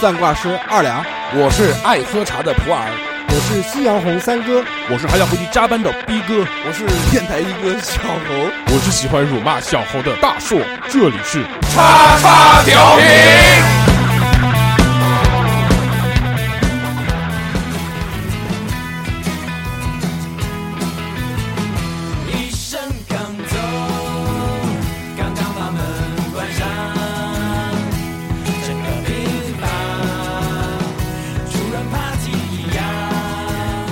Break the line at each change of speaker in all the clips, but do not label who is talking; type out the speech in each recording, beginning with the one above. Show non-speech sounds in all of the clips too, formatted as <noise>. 算卦师二两，
我是爱喝茶的普洱，
我是夕阳红三哥，
我是还要回去加班的逼哥，
我是电台一哥小猴，
我是喜欢辱骂小猴的大硕。这里是
叉叉调频。
一声刚走，刚将把门关上，整个病房突然 party 一样。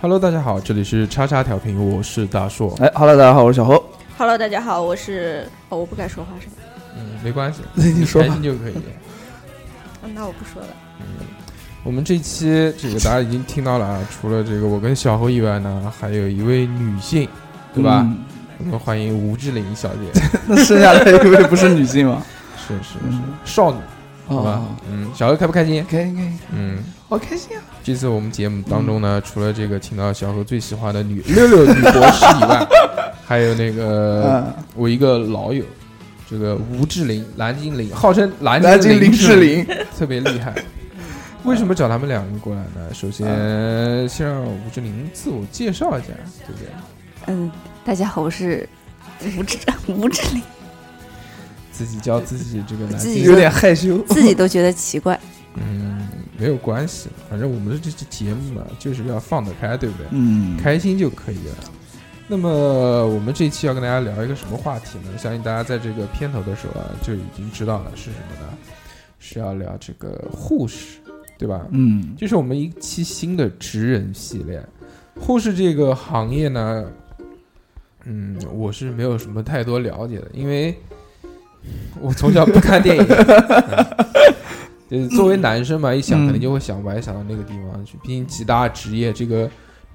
Hello，大家好，这里是叉叉调频，我是大硕。
哎，Hello，大家好，我是小侯。
Hello，大家好，我是哦，我不该说话是吧？
嗯，没关系，
<laughs> 你说吧
开心就可以。
嗯那我不说了。
我们这期这个大家已经听到了，啊，除了这个我跟小侯以外呢，还有一位女性，对吧？
嗯
我们欢迎吴志玲小 <laughs> 姐，
哎那剩下的一位不是女性 <laughs> 吗？
是是是
嗯，
少女，好吧
哦，？
嗯，小侯开不开心？
可以可以，
嗯，
好开心啊！
这次我们节目当中呢，除了这个请到小何最喜欢的女六六女博士以 <laughs> 外，还有那个
嗯，
我一个老友，这个吴志玲，南京林，号称南
南
京
京林
志
志，玲，
特别厉
<laughs>
害。为什么找他们两个过来呢？首先，
啊
先让吴志玲自我介绍一下，对不对？
嗯，大家好，我是吴
<laughs>
志吴志玲，
自己教自己这个南
自己
京，
有点害羞。
自己都觉得奇怪。
嗯，没有关系，反正我们这期节目嘛，就是要放得开，对不对？
嗯，
开心就可以了。那么我们这期要跟大家聊一个什么话题呢？相信大家在这个片头的时候啊，就已经知道了是什么呢？是要聊这个护士，对吧？
嗯，
这是我们一期新的职人系列。护士这个行业呢，嗯，我是没有什么太多了解的，因为 <laughs> 我从小不看电影。嗯就是作为男生嘛，一想
嗯
肯定就会想歪，想到那个地方去。毕竟几大职业，这个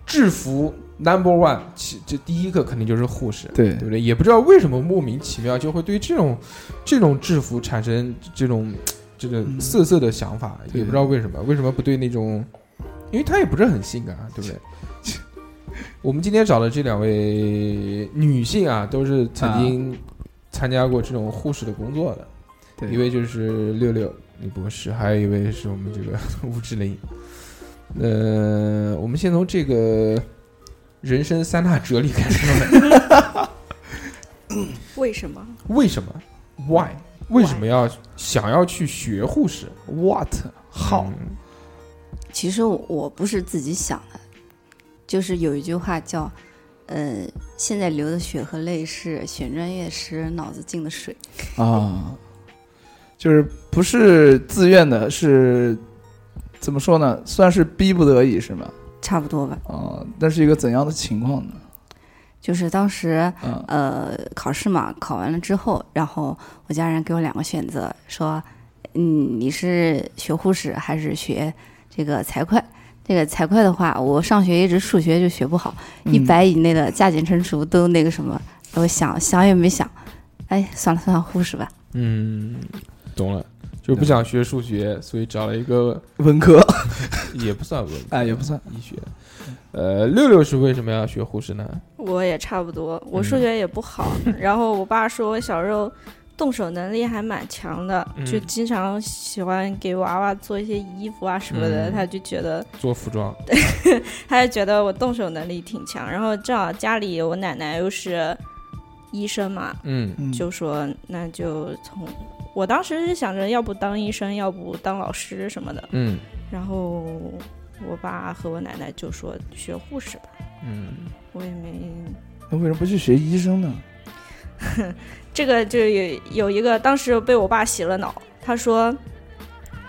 制服 number one，其这第一个肯定就是护士，
对
对不对？也不知道为什么莫名其妙就会对这种这种制服产生这种这个
嗯
色色的想法，
对
也不知道为什么，为什么不对那种，因为她也不是很性感，啊，对不对？ <laughs> 我们今天找的这两位女性啊，都是曾经参加过这种护士的工作的，
对，
一位就是六六李博士，还有一位是我们这个 <laughs> 吴志玲。呃，我们先从这个人生三大哲理开始说来，
为什么？
为什么？Why？为什么要想要去学护士？
what 好，
嗯
其实我我不是自己想的，就是有一句话叫，呃，现在流的血和泪是选专业时脑子进的水。
啊，就是不是自愿的，是怎么说呢？算是逼不得已是吗？
差不多吧，
啊，那是一个怎样的情况呢？
就是当时
嗯
呃考试嘛，考完了之后，然后我家人给我两个选择，说，嗯，你是学护士还是学这个财会？这个财会的话，我上学一直数学就学不好，一百以内的加减乘除都那个什么，我想想也没想，哎，算了算了，护士吧。
嗯，懂了，
嗯
就不想学数学，所以找了一个
文科
也不算文科
<laughs> 哎，也不算。
医学。呃，六六是为什么要学护士呢？
我也差不多，我
嗯
数学也
<laughs>
不好，然后我爸说我小时候动手能力还蛮强的，
嗯
就经常喜欢给娃娃做一些衣服啊什么的，
嗯
他就觉得
做服装。
他就觉得我动手能力挺强，然后正好家里我奶奶又是医生嘛，
嗯
嗯
就说那就从。我当时是想着，要不当医生，要不当老师什么的。
嗯
然后我爸和我奶奶就说学护士吧，
嗯，
我也没
那为什么不去学医生呢？
这个就有有一个当时被我爸洗了脑，他说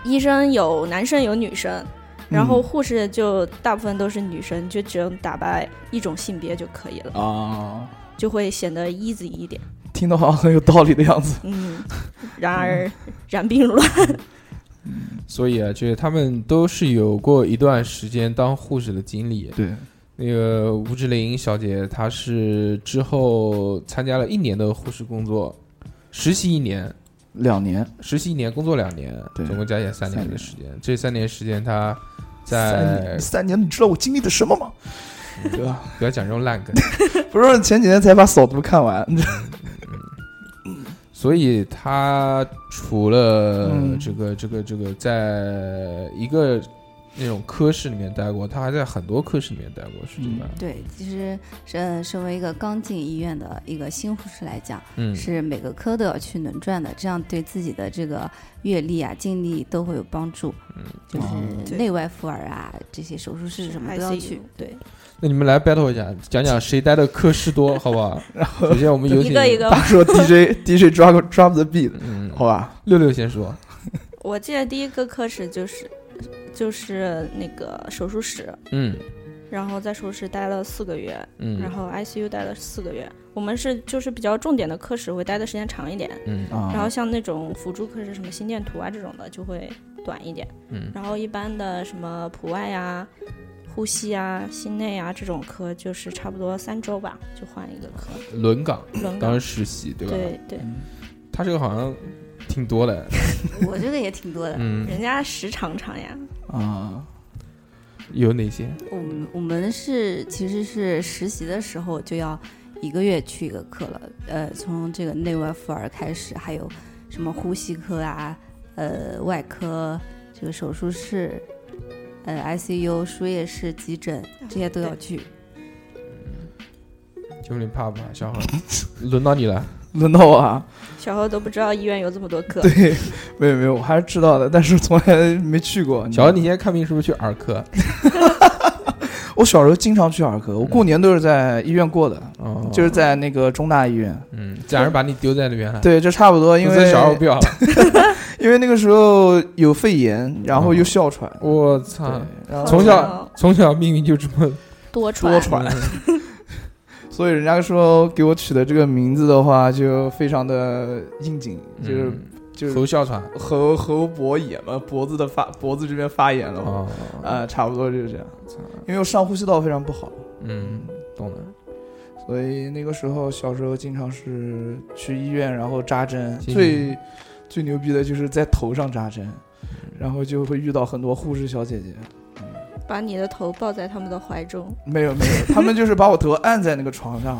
医生有男生有女生，然后护士就大部分都是女生，就只用打扮一种性别就可以了，
啊，
就会显得 easy 一点。
听到好像很有道理的样子。
嗯，然而然并卵，
所以啊，就是他们都是有过一段时间当护士的经历。
对，
那个吴志玲小姐，她是之后参加了一年的护士工作，实习一年，
两年，
实习一年，工作两年，
对
总共加起来三年的时间。这三年时间，她
三
在
年，三年，你知道我经历的什么吗？对吧？
不
<laughs>
要讲这种烂梗，
不是前几天才把扫毒看完，
所以他除了
嗯
这个、这个这个，在一个那种科室里面待过，他还在很多科室里面待过，是这样。
对，其实身身为一个刚进医院的一个新护士来讲，
嗯
是每个科都要去轮转的，这样对自己的这个阅历啊、经历都会有帮助。
嗯，
就是内外妇儿啊，这些手术室什么都要去
<laughs> ICU。
对，
那你们来 battle 一下，讲讲谁待的科室多，好不
<laughs>
好？首先我们有请嗯
<laughs> 一个一个
大说 DJ DJ drop drop the beat，好吧？
六六先说，
我记得第一个科室就是就是那个手术室，
嗯
然后在手术室待了四个月，
嗯
然后 ICU 待了四个月。我们是就是比较重点的科室会待的时间长一点，
嗯
啊
然后像那种辅助科室，什么心电图啊这种的就会短一点。
嗯
然后一般的什么普外呀、呼吸啊、心内啊这种科，就是差不多三周吧，就换一个科。
轮岗
轮岗
当时实习对吧？
对对，
嗯
他这个好像挺多的，
我这个也挺多的。
嗯
人家时长长呀，
啊，
有哪些？
我们我们是其实是实习的时候就要一个月去一个课了，呃，从这个内外妇儿开始，还有什么呼吸科啊，呃，外科，这个手术室，呃，ICU、输液室、急诊这些都要去。
请问你怕不怕？小 <laughs> 孩，轮到你了。
轮到我啊？
小何都不知道医院有这么多科。
对，没有没有，我还是知道的，但是从来没去过。知
小
道
何，
吗
你现在看病是不是去儿科？
我小时候经常去儿科，我过年都是在医院过的，
嗯哦，
就是在那个中大医院。
嗯，假如把你丢在那边了，
对，就差不多，因
公司
为
小孩不要了。
因为那个时候有肺炎，然后又哮喘，
<laughs> 我
对
操！，哦
然后
嗯从小从小命运就这 <laughs> 么
多传
多喘， <laughs> 所以人家说给我取的这个名字的话，就非常的应景，就是
嗯
就是
侯哮喘
喉喉脖炎嘛，脖子的发脖子这边发炎了嘛，
哦，
啊，差不多就是这样。因为我上呼吸道非常不好，
嗯，懂了。 <laughs>
所以那个时候小时候经常是去医院，然后扎针。
行
最最牛逼的就是在头上扎针，然后就会遇到很多护士小姐姐。
把你的头抱在他们的怀中，
没有没有，他们就是把我头按在那个床上，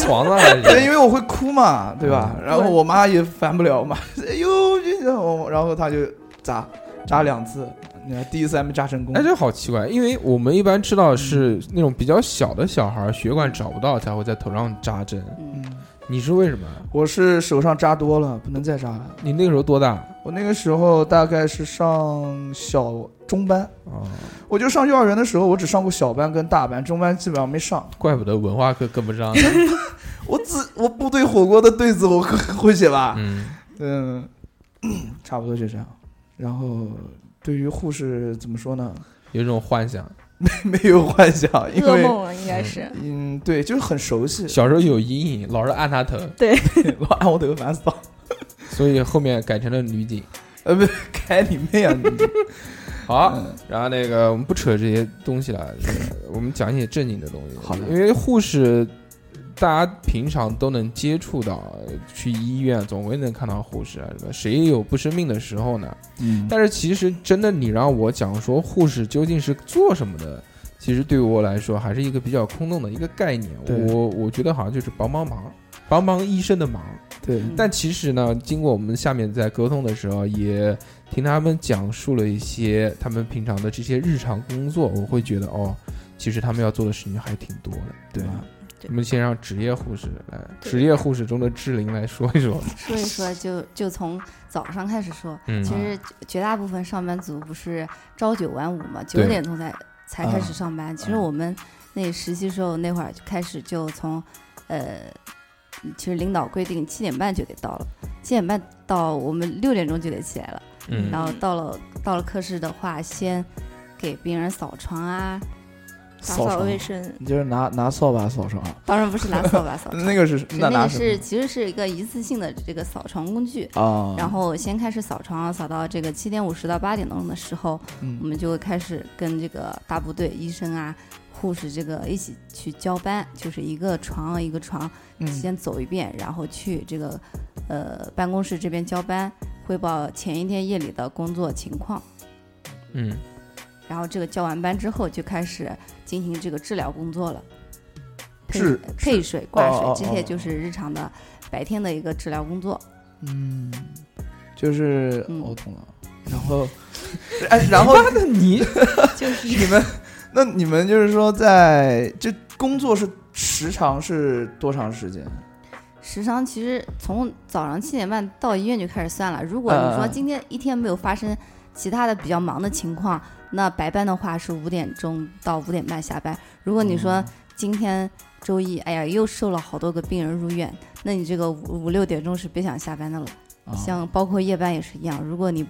床上还
对，
是
<laughs> 因为我会哭嘛，对吧？
嗯
然后我妈也烦不了，我妈 <laughs> 哎呦，这这我然后她就扎扎两次，你看第一次还没扎成
<laughs>
功
哎，，这好奇怪，因为我们一般知道是那种比较小的小孩儿血管找不到才会在头上扎针，
嗯，
嗯，
你是为什么？
我是手上扎多了，不能再扎了。
你那个时候多大？
我那个时候大概是上小中班，
哦，
我就上幼儿园的时候，我只上过小班跟大班，中班基本上没上。
怪不得文化课跟不 <laughs> 上。
我自我部队火锅的对子我会会写吧？
嗯，
嗯，差不多就这样。然后对于护士怎么说呢？ <laughs>
有一种幻想。
没有幻想，因
噩
为
梦啊，应该是。
嗯，对，就是很熟悉，
小时候有阴影，老是按他头，
老按 <laughs> 我头烦死了。
所以后面改成了女警。
呃，不，开你妹啊！你
好，
嗯
然后那个我们不扯这些东西
<laughs>
了，呃我们讲一些正经的东西。
好的
因为护士大家平常都能接触到，呃去医院总归能看到护士啊，什么谁也有不生病的时候呢？
<laughs> 嗯，
但是其实真的你让我讲说护士究竟是做什么的，其实对我来说还是一个比较空洞的一个概念。
对
我我觉得好像就是帮帮忙，帮帮医生的忙。
对，
但其实呢，经过我们下面在沟通的时候，也听他们讲述了一些他们平常的这些日常工作，我会觉得哦，其实他们要做的事情还挺多的。
对
吧
对
我们先让职业护士来，
对
职业护士中的志玲来说一说。
说一说就就从早上开始说，
<laughs> 嗯
其实绝大部分上班族不是朝九晚五嘛，
对
九点钟才才开始
啊
上班。其实我们那实习时候那会儿就开始就从，呃，其实领导规定七点半就得到了，七点半到我们六点钟就得起来了。
嗯
然后到了到了科室的话，先给病人扫床啊，
打
扫
扫
床
<laughs>
卫，生，
你就是拿拿扫把扫床啊。
当然不是拿扫把扫床，
那个是
是
嗯那
那
拿
个
什
是
么
其实是一个一次性的这个扫床工具。
啊？
然后先开始扫床，扫到这个七点五十到八点钟的时候，我
嗯
们就会开始跟这个大部队医生啊、护士这个一起去交班，就是一个床一个床
嗯
先走一遍，然后去这个呃办公室这边交班，汇报前一天夜里的工作情况。
嗯，
然后这个交完班之后，就开始进行这个治疗工作了。配
治
配水、挂水
哦哦
这些就是日常的白天的一个治疗工作。
嗯，就是哦
嗯
我懂了。然后， <laughs> 哎，然 <laughs> 后
那你
就是
你们，那你们就是说在这工作是时长是多长时间？
时长其实从早上七点半到医院就开始算了。如果你
嗯
说
嗯嗯
今天一天没有发生其他的比较忙的情况，那白班的话是五点钟到五点半下班。如果你
嗯
说今天周一，哎呀又收了好多个病人入院，那你这个五五六点钟是别想下班的了。
啊
像包括夜班也是一样，如果你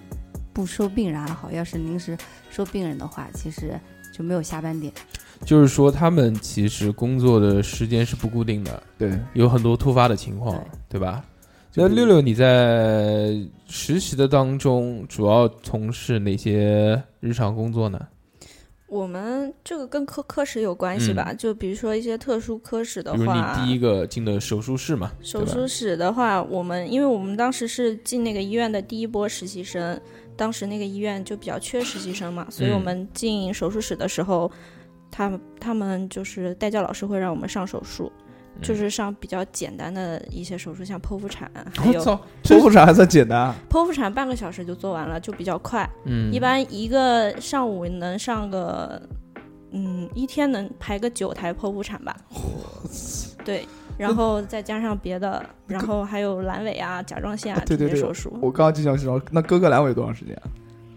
不收病人还好，要是临时收病人的话，其实就没有下班点。
就是说，他们其实工作的时间是不固定的，
啊对，
有很多突发的情况，对吧？那
就
六六，你在实习的当中主要从事哪些日常工作呢？
我们这个跟科科室有关系吧？就比如说一些特殊科室的
嗯比如你
话，
第一个进的手术室嘛，
手
对
术
吧
室的话，我们因为我们当时是进那个医院的第一波实习生，当时那个医院就比较缺实习生嘛，所
嗯
以我们进手术室的时候，他们他们就是代教老师会让我们上手术，
嗯
就是上比较简单的一些手术，像剖
<laughs>
腹产，还
我
有
操，
剖腹产还算简单啊，
剖腹产半个小时就做完了，就比较快。
嗯，
一般一个上午能上个，嗯，一天能排个九台剖腹产吧。对，然后再加上别的，然后还有阑尾啊、甲状腺啊
啊
这
对对
些
对
手术，
<laughs> 我刚刚就想说，那哥哥阑尾多长时间啊？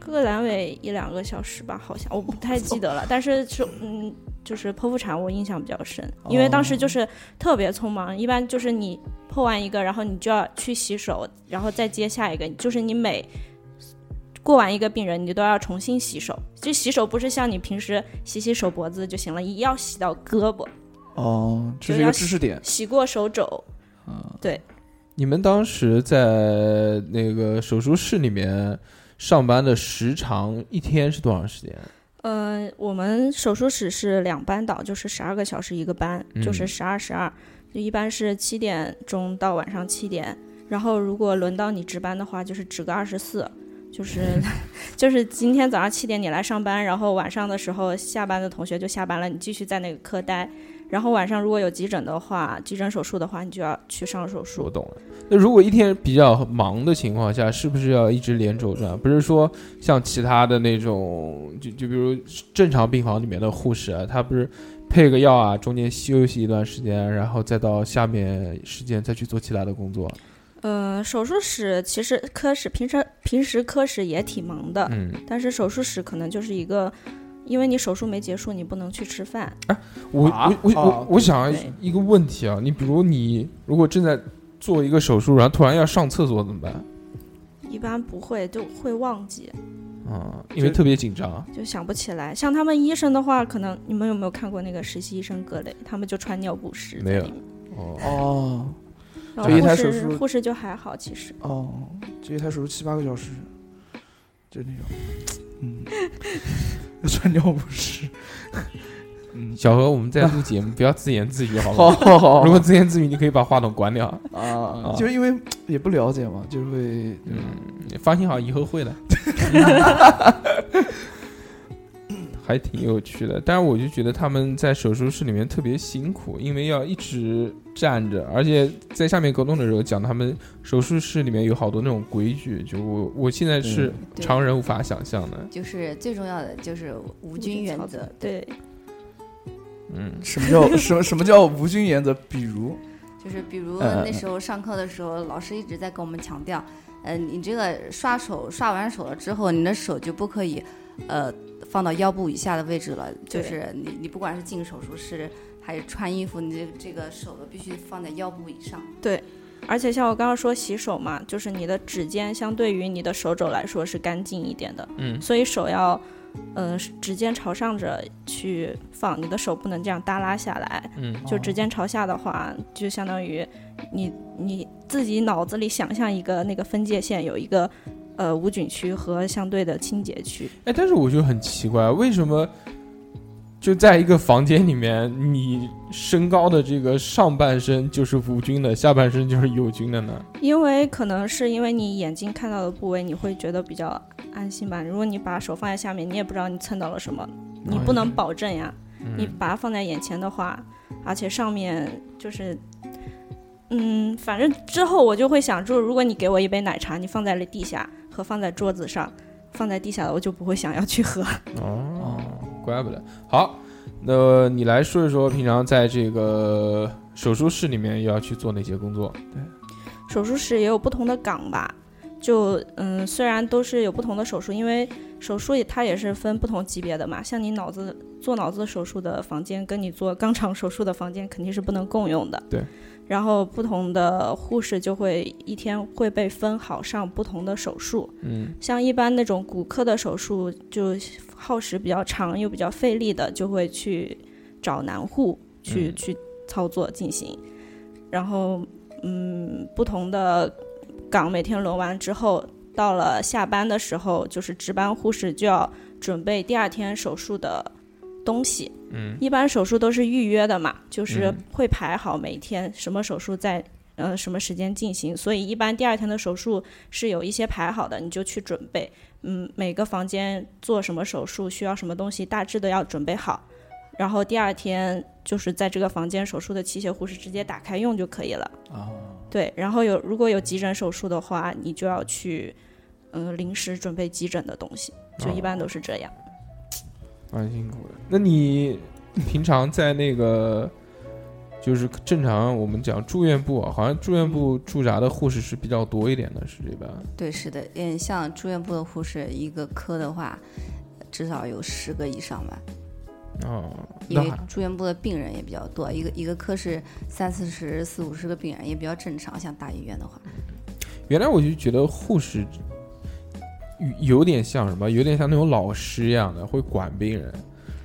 各个阑尾一两个小时吧，好像我不太记得了。但是是嗯，就是剖腹产我印象比较深，因为当时就是特别匆忙，一般就是你剖完一个，然后你就要去洗手，然后再接下一个，就是你每。过完一个病人，你都要重新洗手。这洗手不是像你平时洗洗手脖子就行了，一定要洗到胳膊，
哦，这
就是
一
要
个知识点
洗过手肘。
啊。
你们当时在那个手术室里面上班的时长一天是多长时间？
嗯、我们手术室是两班倒，就是十二个小时一个班，
嗯
就是十二十二，就一般是七点钟到晚上七点。然后如果轮到你值班的话，就是值个二十四，就是 <laughs> 就是今天早上七点你来上班，然后晚上的时候下班的同学就下班了，你继续在那个科待。然后晚上如果有急诊的话，急诊手术的话，你就要去上手术
我。懂了。那如果一天比较忙的情况下，是不是要一直连轴转？不是说像其他的那种，就就比如正常病房里面的护士啊，他不是配个药啊，中间休息一段时间，然后再到下面时间再去做其他的工作。
嗯，手术室其实科室平时平时科室也挺忙的，
嗯，
但是手术室可能就是一个，因为你手术没结束，你不能去吃饭。
我
啊
我我我
哦
我想
对
一个问题啊，你比如你如果正在做一个手术，然后突然要上厕所怎么办？
一般不会，就会忘记，
啊，因为特别紧张。
就想不起来。像他们医生的话，可能你们有没有看过那个实习医生葛雷？他们就穿尿不湿
没
在
有
里面。
哦，
哦
然
就一
后护
台手
士
术
护士就还好，其实
哦，这一台手术七八个小时，就那种，嗯， <laughs> 穿尿不湿。嗯，
小何，我们在录节目，不要自言自语好
<laughs> 好
吗？
好好，
哦如果自言自语，你可以把话筒关掉。
啊，就是因为也不了解嘛，就是会
嗯，放心好，以后会的。还挺有趣的，但是我就觉得他们在手术室里面特别辛苦，因为要一直站着，而且在下面沟通的时候讲他们手术室里面有好多那种规矩，就我我现在是
对
常人无法想象的。
就是最重要的就是无菌原则，
对，
嗯，
什么叫什么什么叫无菌原则？比如
就是比如
嗯嗯
那时候上课的时候，老师一直在跟我们强调，呃，你这个刷手刷完手了之后，你的手就不可以，呃，放到腰部以下的位置了。就
对
是你你不管是进手术室还是穿衣服，你这这个手必须放在腰部以上。
而且像我刚刚说洗手嘛，就是你的指尖相对于你的手肘来说是干净一点的，
嗯
所以手要，呃，指尖朝上着去放，你的手不能这样耷拉下来，
嗯，
就
哦
指尖朝下的话，就相当于你你自己脑子里想象一个那个分界线有一个呃无菌区和相对的清洁区。
哎，但是我就很奇怪，为什么就在一个房间里面，你身高的这个上半身就是无菌的，下半身就是有菌的呢？
因为可能是因为你眼睛看到的部位，你会觉得比较安心吧。如果你把手放在下面，你也不知道你蹭到了什么，你不能保证呀。你把它放在眼前的话，而且上面就是嗯，反正之后我就会想，就是如果你给我一杯奶茶，你放在了地下和放在桌子上，放在地下的我就不会想要去喝。
哦，怪不得。好，那你来说一说平常在这个手术室里面要去做哪些工作？
手术室也有不同的岗吧，就嗯，虽然都是有不同的手术，因为手术也它也是分不同级别的嘛。像你脑子做脑子手术的房间，跟你做肛肠手术的房间肯定是不能共用的。
对。
然后不同的护士就会一天会被分好上不同的手术，
嗯，
像一般那种骨科的手术，就耗时比较长又比较费力的，就会去找男护去、
嗯
去操作进行。然后，嗯，不同的岗每天轮完之后，到了下班的时候，就是值班护士就要准备第二天手术的东西。
嗯，
一般手术都是预约的嘛，就是
嗯
会排好每天什么手术在呃什么时间进行，所以一般第二天的手术是有一些排好的，你就去准备。嗯，每个房间做什么手术需要什么东西，大致的要准备好。然后第二天就是在这个房间手术的器械护士直接打开用就可以了。对，然后有如果有急诊手术的话，你就要去嗯、呃临时准备急诊的东西，就一般都是这样。
蛮辛苦的。啊那你平常在那个就是正常我们讲住院部啊，好像住院部驻扎的护士是比较多一点的，是这边。
对，是的，嗯，像住院部的护士，一个科的话，至少有十个以上吧，
哦，
因
那
为
还
住院部的病人也比较多，一个一个科是三四十、四五十个病人也比较正常，像大医院的话，
原来我就觉得护士有有点像什么，有点像那种老师一样的，会管病人，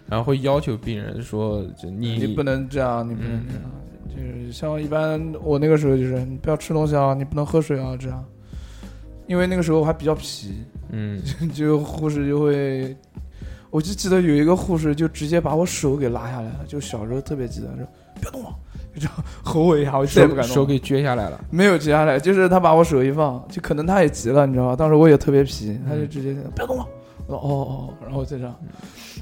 然后会要求病人说，就你嗯
你不能这样，你不能这样。就是像一般我那个时候就是，你不要吃东西啊，你不能喝水啊，这样。因为那个时候我还比较皮，
嗯，
就护士就会，我就记得有一个护士就直接把我手给拉下来了，就小时候特别记得，说不要动我，就这样 <laughs> 吼我一下，我就再也不
手
敢动了。
手给撅下来了。
没有接下来，就是他把我手一放，就可能他也急了，你知道吧？当时我也特别皮，他就直接
嗯
不要动我，我说哦哦，哦然后再这样，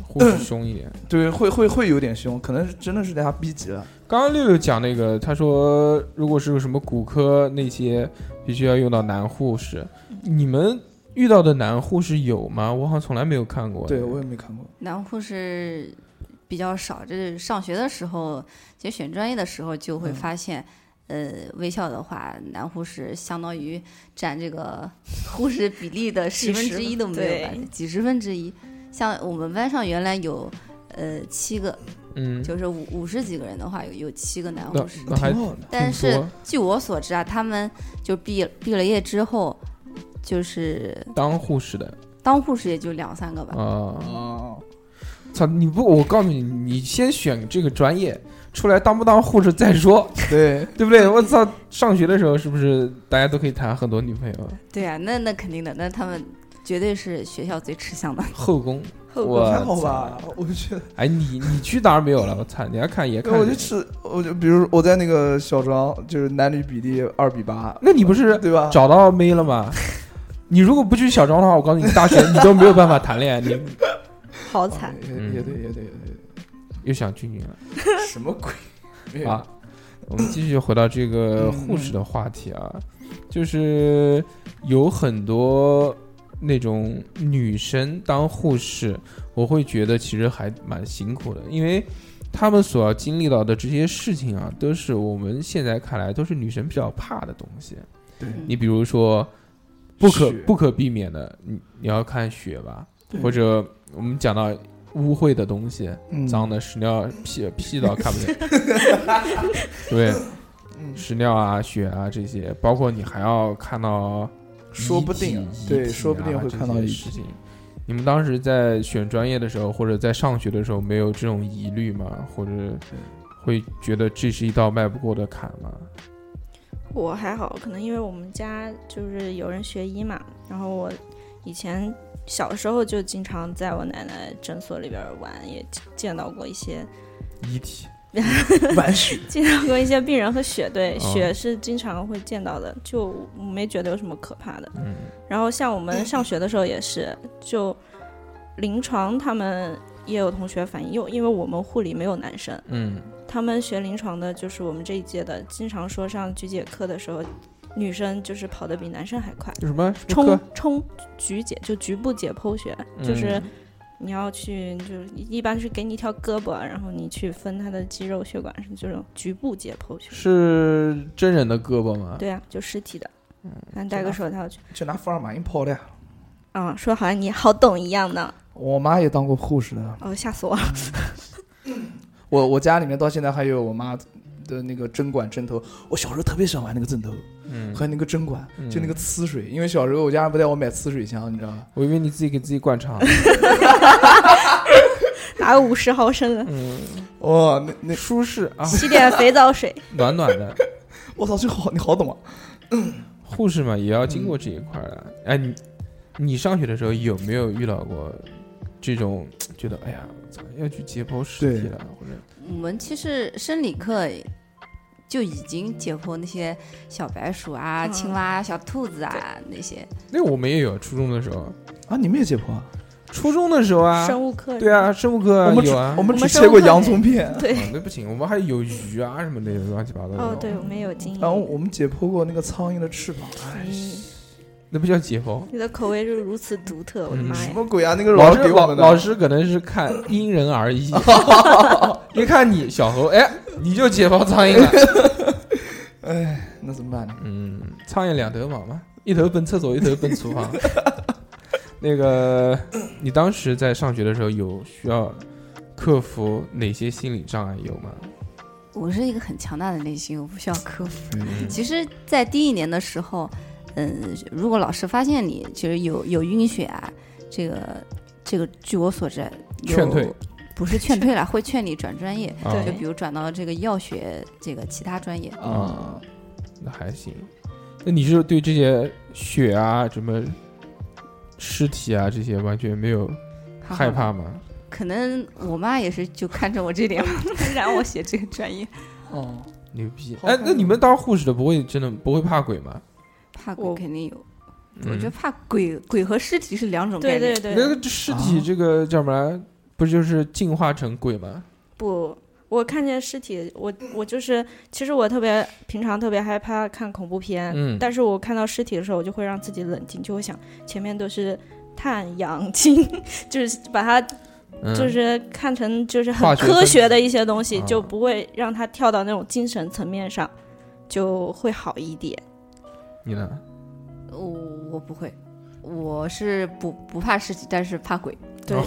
护士凶一点。
对，会会会有点凶，可能是真的是被他逼急了。
刚刚六六讲那个，他说如果是有什么骨科那些，必须要用到男护士。你们遇到的男护士有吗？我好像从来没有看过。
对我也没看过。
男护士比较少。这是上学的时候，其实选专业的时候就会
嗯
发现，呃，卫校的话，男护士相当于占这个护士比例的十
几
分之一
十
都没有吧
对，
几十分之一。像我们班上原来有呃七个，
嗯，
就是五五十几个人的话，有有七个男
那
护士。
那还
挺好的
但
挺
是
多
据我所知啊，他们就毕毕了业之后，就是
当护士的
当护士也就两三个吧。
啊。
哦，
操！你不，我告诉你，你先选这个专业，出来当不当护士再说，
对，
<laughs> 对不对？我操！上学的时候是不是大家都可以谈很多女朋友？
对啊，那那肯定的，那他们绝对是学校最吃香的。
后宫，
后
我
还好
操
吧？我觉得，
哎，你你去当然没有了，我操！你要看也看
对，我就
这个
吃，我就比如我在那个小庄，就是男女比例二比八，
那你不是
对吧？
找到妹了吗？你如果不去小庄的话，我告诉你，大学 <laughs> 你都没有办法谈恋爱，你
好惨，
啊也
嗯
也对，也对，也对，
又想去你了。
什么鬼？没有
啊，我们继续回到这个护士的话题啊，就是有很多那种女生当护士，我会觉得其实还蛮辛苦的，因为她们所要经历到的这些事情啊，都是我们现在看来都是女生比较怕的东西。
对
你比如说，不可
血
不可避免的，你你要看血吧，或者我们讲到污秽的东西，
嗯
脏的屎尿屁屁倒看不
<laughs>
见，对，
嗯
屎尿啊、血啊这些，包括你还要看到遗体，
<laughs> 说不定
遗
对
体啊
说不定会看到
这些
遗体 <laughs>
事情。你们当时在选专业的时候，或者在上学的时候，没有这种疑虑吗？或者会觉得这是一道迈不过的坎吗？
我还好，可能因为我们家就是有人学医嘛，然后我以前小时候就经常在我奶奶诊所里边玩，也见到过一些
遗体，
完事，
见到过一些病人和血，对，
哦
血是经常会见到的，就没觉得有什么可怕的。
嗯，
然后像我们上学的时候也是，就临床他们也有同学反映，因为因为我们护理没有男生，
嗯，
他们学临床的，就是我们这一届的，经常说上菊姐课的时候，女生就是跑得比男生还快。
什么
冲
课
冲菊解就局部解剖学，就是
嗯
你要去，就是一般是给你一条胳膊，然后你去分它的肌肉、血管，是这种局部解剖学。
是真人的胳膊吗？
对啊，就尸体的，嗯，戴个手套去。
就拿福尔马林泡的呀。
嗯，说好像你好懂一样呢。
我妈也当过护士的，
哦，吓死我了！
我我家里面到现在还有我妈的那个针管针头，我小时候特别喜欢玩那个针头，
嗯
和那个针管，
嗯
就那个呲水，因为小时候我家人不带我买呲水枪，你知道吗？
我以为你自己给自己灌肠。
打个五十毫升的，
嗯，
哦，那那
舒适啊，
洗点肥皂水。
暖暖的。 <laughs>
我操，这好你好懂啊！
护士嘛，也要经过这一块的。哎，你你上学的时候有没有遇到过这种觉得哎呀，我操，要去解剖尸体了，或者
我们其实生理课就已经解剖那些小白鼠啊、
嗯
青蛙、啊、小兔子啊那些。
那我们也有初中的时候，
啊，你们也解剖啊？
初中的时候啊，
生物课
对啊，生物课啊
我们只
有啊，
我
啊
们
我
只
们嗯
切过
生物
洋葱片，
对，
那不行，我们还有鱼啊什么的乱七八糟的。
哦，对，我们也有经
然后
验。
我们解剖过那个苍蝇的翅膀，哎，
嗯，
那不叫解剖。
你的口味就是如此独特，我的
嗯
妈
什
呀！
么鬼啊？那个
老
师
师
给我
老
们的，
老师可能是看因人而异， <laughs> 一看你小猴，哎，你就解剖苍蝇了。 <laughs>
哎，那怎么办呢？
嗯，苍蝇两头跑嘛，一头奔厕所，一头奔厨房。 <laughs> 那个，你当时在上学的时候有需要克服哪些心理障碍有吗？
我是一个很强大的内心，我不需要克服。
嗯
其实，在第一年的时候，嗯，如果老师发现你其实有有晕血啊，这个这个，据我所知，有
劝退
不是劝
<laughs>
退了，会劝你转专业，
啊
就
对
比如转到这个药学这个其他专业。
啊，那还行。那你是对这些血啊、什么尸体啊这些完全没有
还好
害怕吗？
可能我妈也是就看着我这 <laughs> 点，让我写这个专业。
哦，
牛逼！
好
哎，
看
那你们当护士的不会真的不会怕鬼吗？
怕
我
鬼肯定有，我
嗯
觉得怕鬼鬼和尸体是两种概
对
念。
对
那
对，
个尸体
哦
这个叫什么？不就是进化成鬼吗？
不，我看见尸体，我我就是，其实我特别平常特别害怕看恐怖片，
嗯
但是我看到尸体的时候，我就会让自己冷静，就会想前面都是碳氧氢， <laughs> 就是把它
嗯，
就是看成就是
化
很
学分子
科学的一些东西，
啊
就不会让它跳到那种精神层面上，就会好一点。
你呢？
我我不会，我是不不怕尸体，但是怕鬼。
对，
哦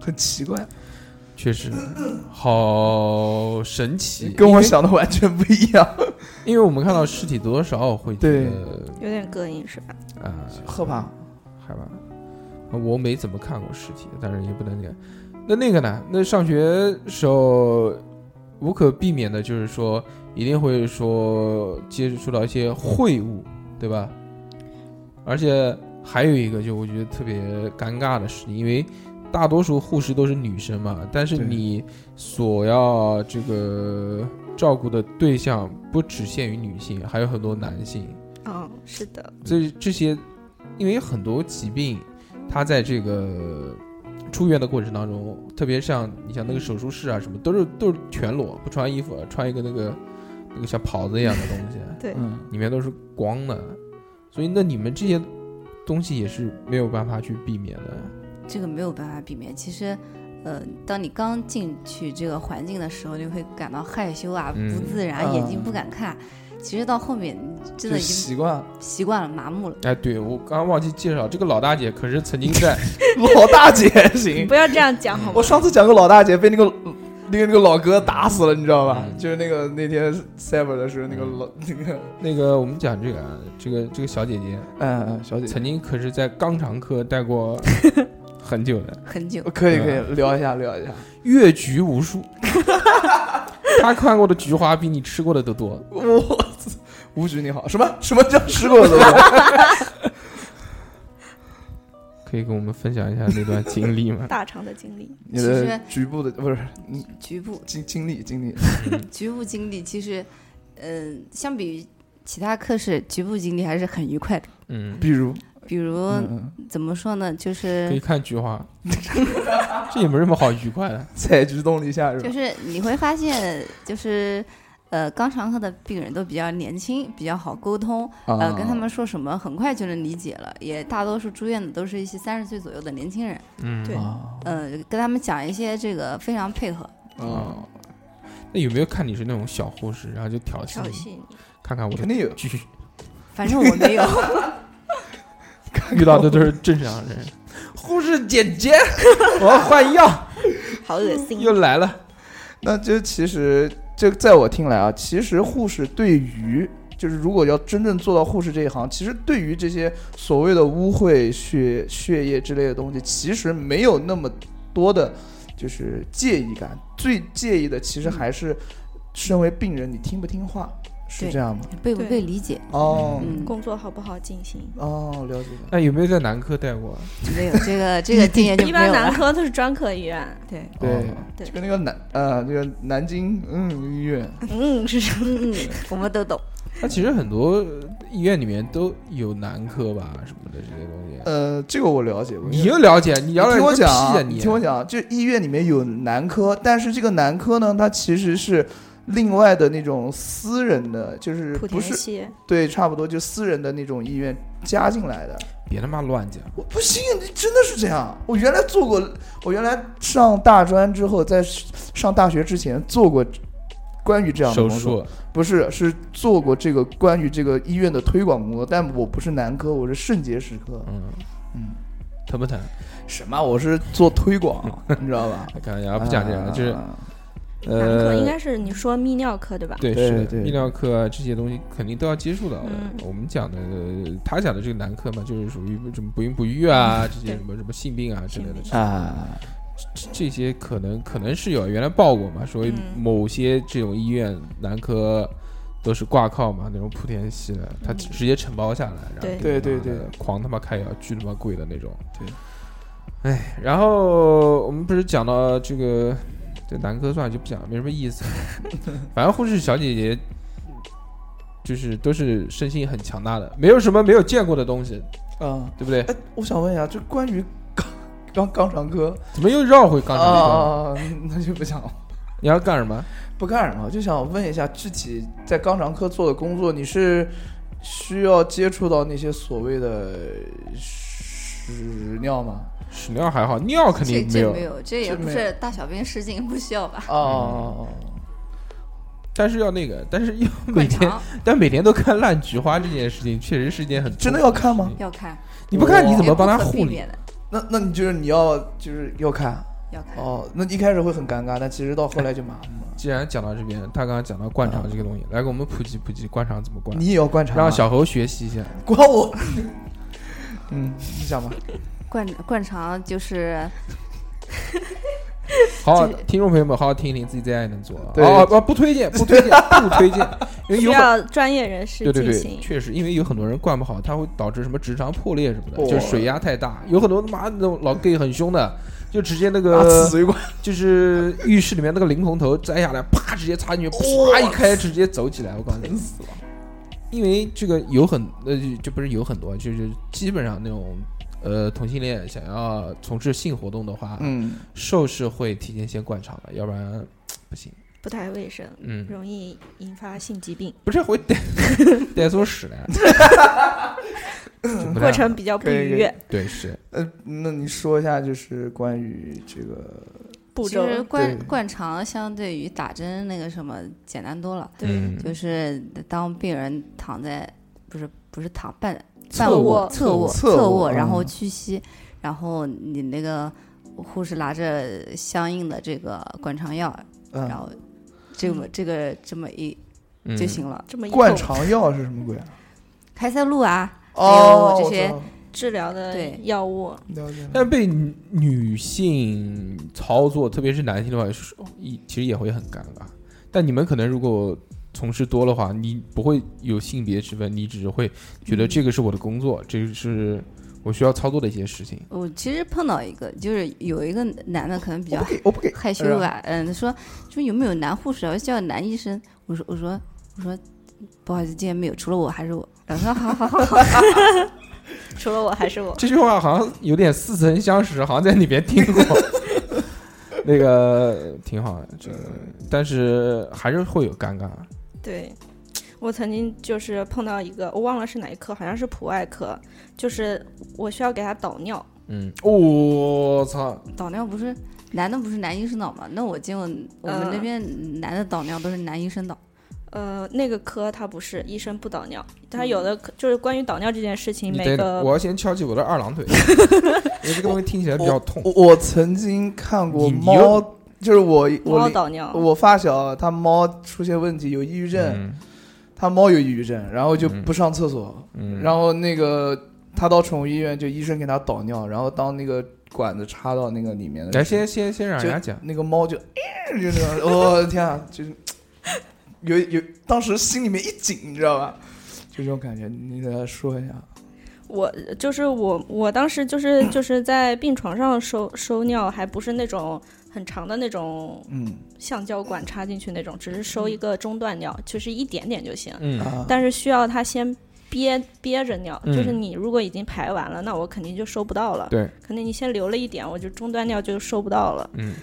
很奇怪，
确实，好神奇，
跟我想的完全不一样。
因为，因为我们看到尸体多多少少会觉
对
得
有点膈应是吧？
啊，
喝吧，
害怕。我没怎么看过尸体，但是也不能那个。那那个呢？那上学时候无可避免的就是说，一定会说接触到一些秽物，对吧？而且还有一个，就我觉得特别尴尬的事情，因为大多数护士都是女生嘛，但是
对
你所要这个照顾的对象不只限于女性，还有很多男性。
嗯，是的，
这这些，因为很多疾病，它在这个出院的过程当中，特别像你像那个手术室啊什么，都是都是全裸，不穿衣服，啊穿一个那个那个像袍子一样的东西，啊
对
嗯，
里面都是光的，所以那你们这些东西也是没有办法去避免的。
这个没有办法避免。其实，呃，当你刚进去这个环境的时候，你会感到害羞啊、
嗯
不自然，
啊
眼睛不敢看。其实到后面，你
就
真的已经
习惯了。
习惯了、麻木了。
哎，对我刚刚忘记介绍，这个老大姐可是曾经在 <laughs>
老大姐
<laughs>
你
行，
不要这样讲好吗
我？上次讲过老大姐被那个那个那个老哥打死了，你知道吧？
嗯
就是那个那天 cyber 的时候，那个老那个
那个我们讲这个啊，这个这个小姐姐
嗯嗯小姐姐，
曾经可是在肛肠科待过很久的。
很久，
可以可以聊一下聊一下，
越橘无数， <laughs> 他看过的菊花比你吃过的都多。
我操吴局你好，什么什么叫吃过的
<laughs>
东西？
可以跟我们分享一下那段经历 <laughs> 吗？
大肠的经历，
你的局部的不是嗯
局部
经经历经历，
局部经历其实，呃嗯、相比于其他科室，局部经历还是很愉快的。
嗯，
比如
比如
嗯
怎么说呢，就
可以
是
看菊花， <laughs> 这也没什么好愉快的。
采菊东篱下是吧
就？是你会发现，就是呃，肛肠科的病人都比较年轻，比较好沟通，
啊
呃，跟他们说什么很快就能理解了，也大多数住院的都是一些三十岁左右的年轻人，
嗯，
对
啊
呃，跟他们讲一些这个非常配合，
啊，
那有没有看你是那种小护士，然后就挑
调
衅你，
戏你。
看看我 <laughs>
啊肯定有
继续
反正我
<laughs>
没有，
遇到的都是正常人。 <laughs>
护士姐姐，我要换药，
好恶心。
又来了，
那就其实这在我听来啊，其实护士对于就是如果要真正做到护士这一行，其实对于这些所谓的污秽、血血液之类的东西，其实没有那么多的，就是介意感。最介意的其实还是身为病人你听不听话，是
对
这样吗？
被不被理解，
哦、
嗯，
工作好不好进行？
哦，了解了。
那有没有在男科带过？啊
没有这个这个经验就
<laughs>
没
一般
有
男
了，
科都是专科医院。
对，
对
哦，
对
就跟那个南呃，那个南京嗯医院，
嗯， <laughs> 是什么？
嗯嗯，我们都懂，
那其实很多医院里面都有男科吧，什么的这些东西。
呃，这个我了解。我
你又了解，你
你
了解
听我
个屁
讲
啊
啊，
你
听我讲啊，就医院里面有男科，但是这个男科呢，它其实是另外的那种私人的，就是
莆
不
田
是
系
对，差不多就私人的那种医院加进来的。
别他妈乱讲。
我不信，这真的是这样。我原来做过，我原来上大专之后，在上大学之前做过关于这样的
手
工作
术，
不是，是做过这个关于这个医院的推广工作，但我不是男科，我是肾结石科。
嗯
嗯，
疼不疼？
什么？我是做
<laughs>
推广，你知道吧？
开玩笑，不讲这个，就是
啊
男科，应
呃，
该是你说泌尿科对吧？
对，
对
是
对
泌尿科啊，这些东西肯定都要接触到的
嗯。
我们讲的，呃他讲的这个男科嘛，就是属于什么不孕不育啊，这些
对
什么什么性病啊之类的
性病
啊，
这这些可能可能是有原来报过嘛，所以
嗯
某些这种医院男科都是挂靠嘛，那种莆田系的，他
嗯
直接承包下来，然后
对
对
给你
对
妈的
对
狂他妈开药，巨他妈贵的那种。
对，
哎，然后我们不是讲到这个，这男科算了就不讲了，没什么
<laughs>
意思。反正护士小姐姐就是都是身心很强大的，没有什么没有见过的东西，
啊，
对不对？
哎，我想问一下，就关于 <laughs> 肛肛肛肠科
怎么又绕回肛肠科？
啊，那就不讲了，
你要干什么？
不干了，就想问一下，具体在肛肠科做的工作，你是需要接触到那些所谓的屎尿吗？
屎尿还好，尿肯
这
定没
这
有
没。有，这也
这
不
没
是大小便失禁，不需要
<laughs>
吧？
嗯
哦，
但是要那个，但是要每
灌
天， <laughs>
肠
但每天都看烂菊花这件事情，确实是一件很
真的要看吗？
要看，
你不看你怎
也
么
不
帮他
可避
护理？
免的，
那那你就是你要就是要看
要看。
哦，那一开始会很尴尬，但其实到后来就麻木了。
既然讲到这边，他刚刚讲到灌肠这个东西，来给我们普及普及灌肠怎么灌，
你也要观察，
让小猴学习一下。
管我。嗯，你讲 <laughs> 吧。
灌灌肠就是
好好，听众朋友们，好好听一听，自己在家也能做啊。
对
哦不不推荐，不推荐，不推荐，因为
需
有很
要专业人士
对对
进
对，
行。
确实，因为有很多人灌不好，它会导致什么直肠破裂什么的，
哦
就是水压太大。有很多他妈那种老 gay 很凶的，就直接那个
拿刺水管，
就是浴室里面那个淋蓬头摘下来，啪直接插进去，啪一开直接走起来。我告诉你，死了。因为这个有很呃，就就不是有很多，就是基本上那种呃同性恋想要从事性活动的话，
嗯，
兽是会提前先灌肠的，要不然不行。
不太卫生，
嗯，
容易引发性疾病，
不是会 <laughs> 带带出屎来，就不太
过
好
程比较不
可以
愉
可以
悦。
对是
呃，那你说一下，就是关于这个，
步
其实
骤
灌
对
灌肠相对于打针那个什么简单多了，
对
嗯
就是当病人躺在不是不是躺半半
侧卧
侧卧
侧卧
侧卧，
嗯
然后屈膝，然后你那个护士拿着相应的这个灌肠药，然
嗯，
后这么这个这么一
嗯
就行了。
这么一
灌
口
肠药是什么鬼
<laughs>
啊？
开塞露啊，
哦，
这
我
些
知道
治疗的
对
药物，
了解了。
但被女女性操作，特别是男性的话，是哦一其实也会很尴尬。但你们可能如果从事多的话，你不会有性别之分，你只是会觉得这个是我的工作，这个是我需要操作的一些事情。
我其实碰到一个，就是有一个男的可能比较
哎我不给，我不给。
害羞吧，嗯，他说说有没有男护士啊？我叫男医生。我说我说我说不好意思，今天没有，除了我还是我。然后说好好好好。
除了我还是我。
这句话好像有点似曾相识，好像在里边听过。那个挺好的，这个，但是还是会有尴尬。
<laughs> 对，我曾经就是碰到一个，我忘了是哪一科，好像是普外科，就是我需要给他导尿。
嗯，我、操，
导尿不是男的不是男医生导吗？那我见过我们那边男的导尿都是男医生导。
呃，那个科他不是医生不导尿，他有的科就是关于导尿这件事情，
你
每
等等，
个
我要先敲击我的二
<laughs>
郎腿，因为这个东西听起来比较痛。
我我曾经看过
你你
猫，就是我我
猫
邻
导尿，
我发小啊他猫出现问题有抑郁症，
嗯
他猫有抑郁症，然后就不上厕所，
嗯，
然后那个他到宠物医院，就医生给他导尿，然后当那个管子插到那个里面的时候，
来先先先让人家讲
就，那个猫就，呃就那种，我、的天啊，就是有有，当时心里面一紧，你知道吧？就这种感觉，你给他说一下。
我就是我，我当时就是就是在病床上收收尿，还不是那种很长的那种
嗯
橡胶管插进去那种，只是收一个中段尿，就是一点点就行。
嗯
啊，
但是需要他先憋憋着尿，
嗯
就是你如果已经排完了，那我肯定就收不到了。
对，
肯定你先留了一点，我就中断尿就收不到了。
嗯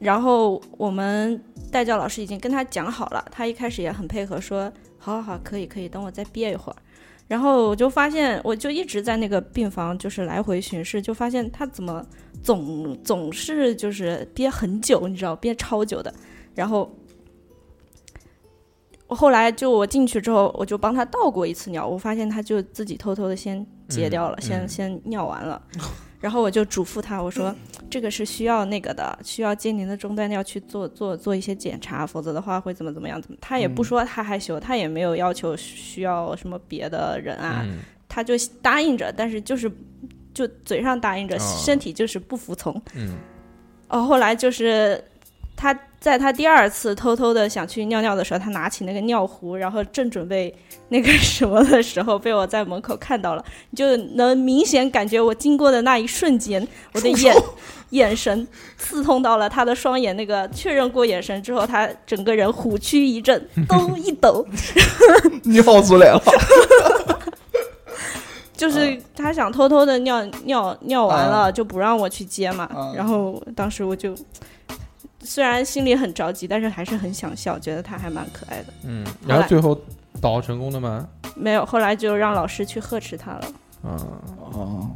然后我们代教老师已经跟他讲好了，他一开始也很配合，说好好好，可以可以，等我再憋一会儿。然后我就发现，我就一直在那个病房就是来回巡视，就发现他怎么总嗯总是就是憋很久，你知道，憋超久的。然后我后来就我进去之后，我就帮他倒过一次尿，我发现他就自己偷偷的先截掉了，
嗯
先
嗯
先尿完
<laughs>
了。然后我就嘱咐他，我说、这个是需要那个的，需要接您的中断尿去做做做一些检查，否则的话会怎么怎么样？怎么？他也
嗯
不说他害羞，他也没有要求需要什么别的人啊，
嗯
他就答应着，但是就是就嘴上答应着，
哦
身体就是不服从。
嗯
哦，后来就是他在他第二次偷偷的想去尿尿的时候，他拿起那个尿壶，然后正准备 <laughs> 那个什么的时候，被我在门口看到了，就能明显感觉我经过的那一瞬间，我的眼眼神刺痛到了他的双眼。那个确认过眼神之后，他整个人虎躯一震，咚一抖，
尿出 <laughs> 来了，
就是他想偷偷的尿尿尿完了、
啊
就不让我去接嘛，
啊
然后当时我就虽然心里很着急，但是还是很想笑，觉得他还蛮可爱的。
嗯，
来
然后最后导成功了吗？
没有，后来就让老师去呵斥他了，
啊，
哦，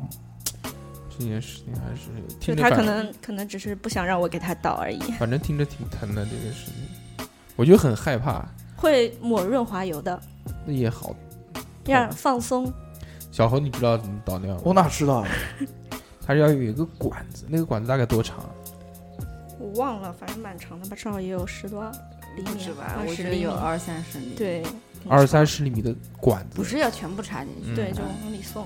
这件事情还是
就
听着
他可
反
能可能只是不想让我给他倒而已，
反正听着挺疼的这个事情，我就很害怕，
会抹润滑油的，
那也好。
让放松。
小猴，你知道怎么导尿吗？
我哪知道啊？
它是要有一个管子，那个管子大概多长？
我忘了，反正蛮长的吧，至少也有十多厘
不
米啊
止吧，
二
我
十
觉得
厘
有
米
二三十米。，
对
二三十厘米的管子，
不是要全部插进去。
嗯
对，就往里送。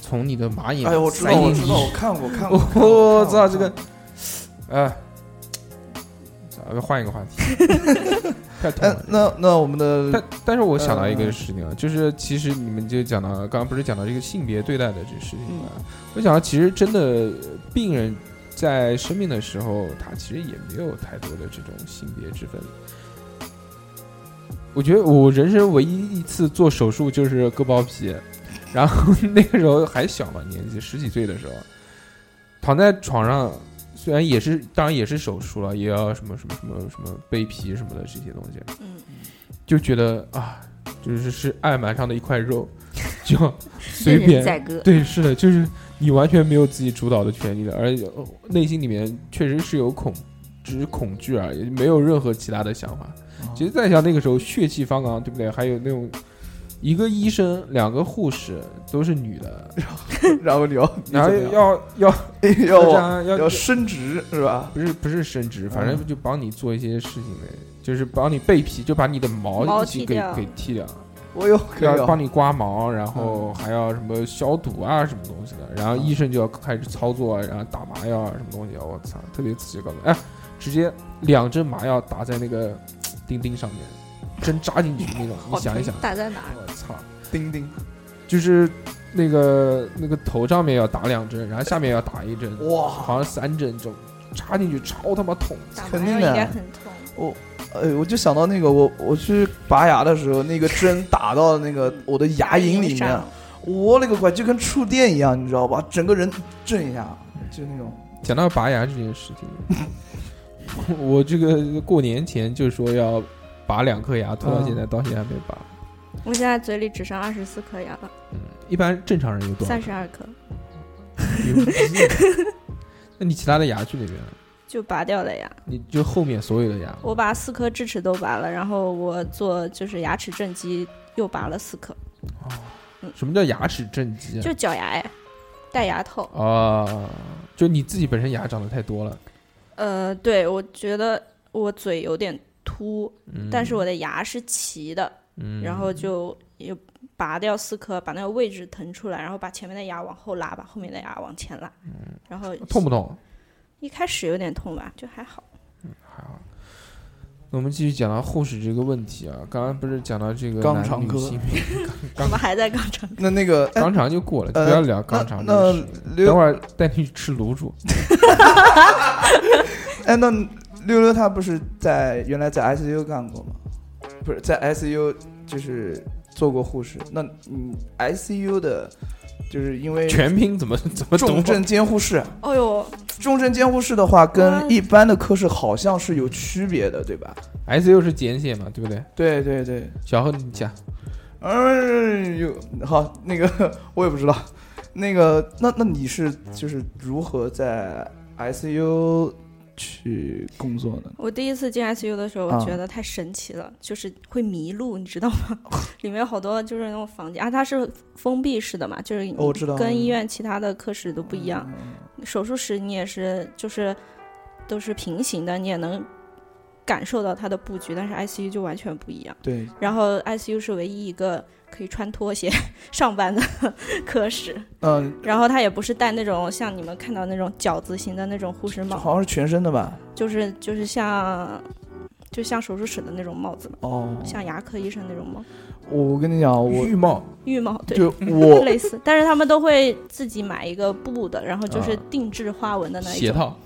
从你的马眼
哎呦，我知道，
塞
我
进
知道，我
去。
看过，看过。看过
哦我操，这个，，哎，咱们换一个话题，
<laughs>
太痛
看过
了
哎。，那那呃我们的
嗯但但是我想到一个事情啊，就是其实你们就讲到刚刚不是讲到这个性别对待的这事情吗？我想到其实真的病人在生病的时候，他其实也没有太多的这种性别之分。我觉得我人生唯一一次做手术就是割包皮，然后 <laughs> 那个时候还小嘛，年纪十几岁的时候，躺在床上，虽然也是当然也是手术了，也要什么什么什么什么背皮什么的这些东西，
嗯，
就觉得啊，就是是案板上的一块肉，就随
任人
便
宰割。
对，是的，就是你完全没有自己主导的权利的，而且呃内心里面确实是有恐，只是恐惧而已，没有任何其他的想法。其实再想那个时候血气方刚，对不对？还有那种一个医生，两个护士都是女的，
然后聊，
然后
你
要要
怎么
要
样要
要
哎我
要
要升职是吧？
不是嗯不是生殖，反正就帮你做一些事情呗，就是帮你背皮，就把你的毛
毛
一起
剃
给
掉
给剃掉。
我有可以
要帮
啊，嗯
你刮毛，然后还要什么消毒啊，什么东西的，然后医生就要开始操作，然后打麻药啊，什么东西，我操，特别刺激搞的，哎，直接两针麻药打在那个钉钉上面，针扎进去那种，你想一想，
打在哪儿？
我操，
钉钉，
就是那个那个头上面要打两针，然后下面要打一针，
哇，
好像三针就插进去，超他妈痛，
打
肯
麻
定
药应
的
该很痛。
哎，我就想到那个，我我去拔牙的时候，那个针打到那个我的牙龈里面
上，
我勒个乖，就跟触电一样，你知道吧？整个人震一下，就那种。
讲到拔牙这件事情， <laughs> 我这个过年前就说要拔两颗牙，拖到现在
嗯
到现在还没拔。
我现在嘴里只剩二十四颗牙了，
一般正常人有多少
三
颗？
十二颗
<laughs> 那你其他的牙去哪边了？
就拔掉了呀。
你就后面所有的牙，
我把四颗智齿都拔了，然后我做就是牙齿正畸又拔了四颗，
什么叫牙齿正畸啊？
就矫牙哎，戴牙套。
啊，就你自己本身牙长得太多了，
呃，对，我觉得我嘴有点凸，
嗯
但是我的牙是齐的，
嗯
然后就又拔掉四颗，把那个位置腾出来，然后把前面的牙往后拉，把后面的牙往前拉，
嗯
然后
痛不痛？
一开始有点痛吧，就
<laughs>
还好。
那我们继续讲到护士这个问题啊，刚刚不是讲到这个
肛
男
肠
女
科
性
我们还在肛肠，
那那个哎
肛肠就过了，就
呃
不要聊肛肠这个
那
事情。
那
等会儿带你去吃卤煮，
哎，那溜溜他不是在原来在 ICU 干过吗？不是在 ICU 就是做过护士。那嗯你 ICU 的，就是因为
全拼怎么怎么
重
读？
症监护室，
哦呦，
重症监护室的话跟一般的科室好像是有区别的，对吧？
ICU 是简写嘛，对不对？
对对对，
小何你讲，
嗯，有好那个 <laughs> 我也不知道，那个那那你是就是如何在 ICU 去工作的呢？
我第一次进 ICU 的时候，
啊
我觉得太神奇了，就是会迷路，你知道吗？ <laughs> 里面有好多就是那种房间啊，它是封闭式的嘛，就是
哦我知道嗯
跟医院其他的科室都不一样。手术室你也是就是都是平行的，你也能感受到它的布局，但是 ICU 就完全不一样。
对，
然后 ICU 是唯一一个可以穿拖鞋 <laughs> 上班的科室，
嗯、
然后它也不是戴那种像你们看到那种饺子型的那种护士帽，
好像是全身的吧？
就是就是像就像手术室的那种帽子嘛，
哦，
像牙科医生那种帽，
我跟你讲，我
浴帽
浴帽对，
就我
类似，但是他们都会自己买一个布的，然后就是
啊
定制花纹的那一
鞋
种。
套，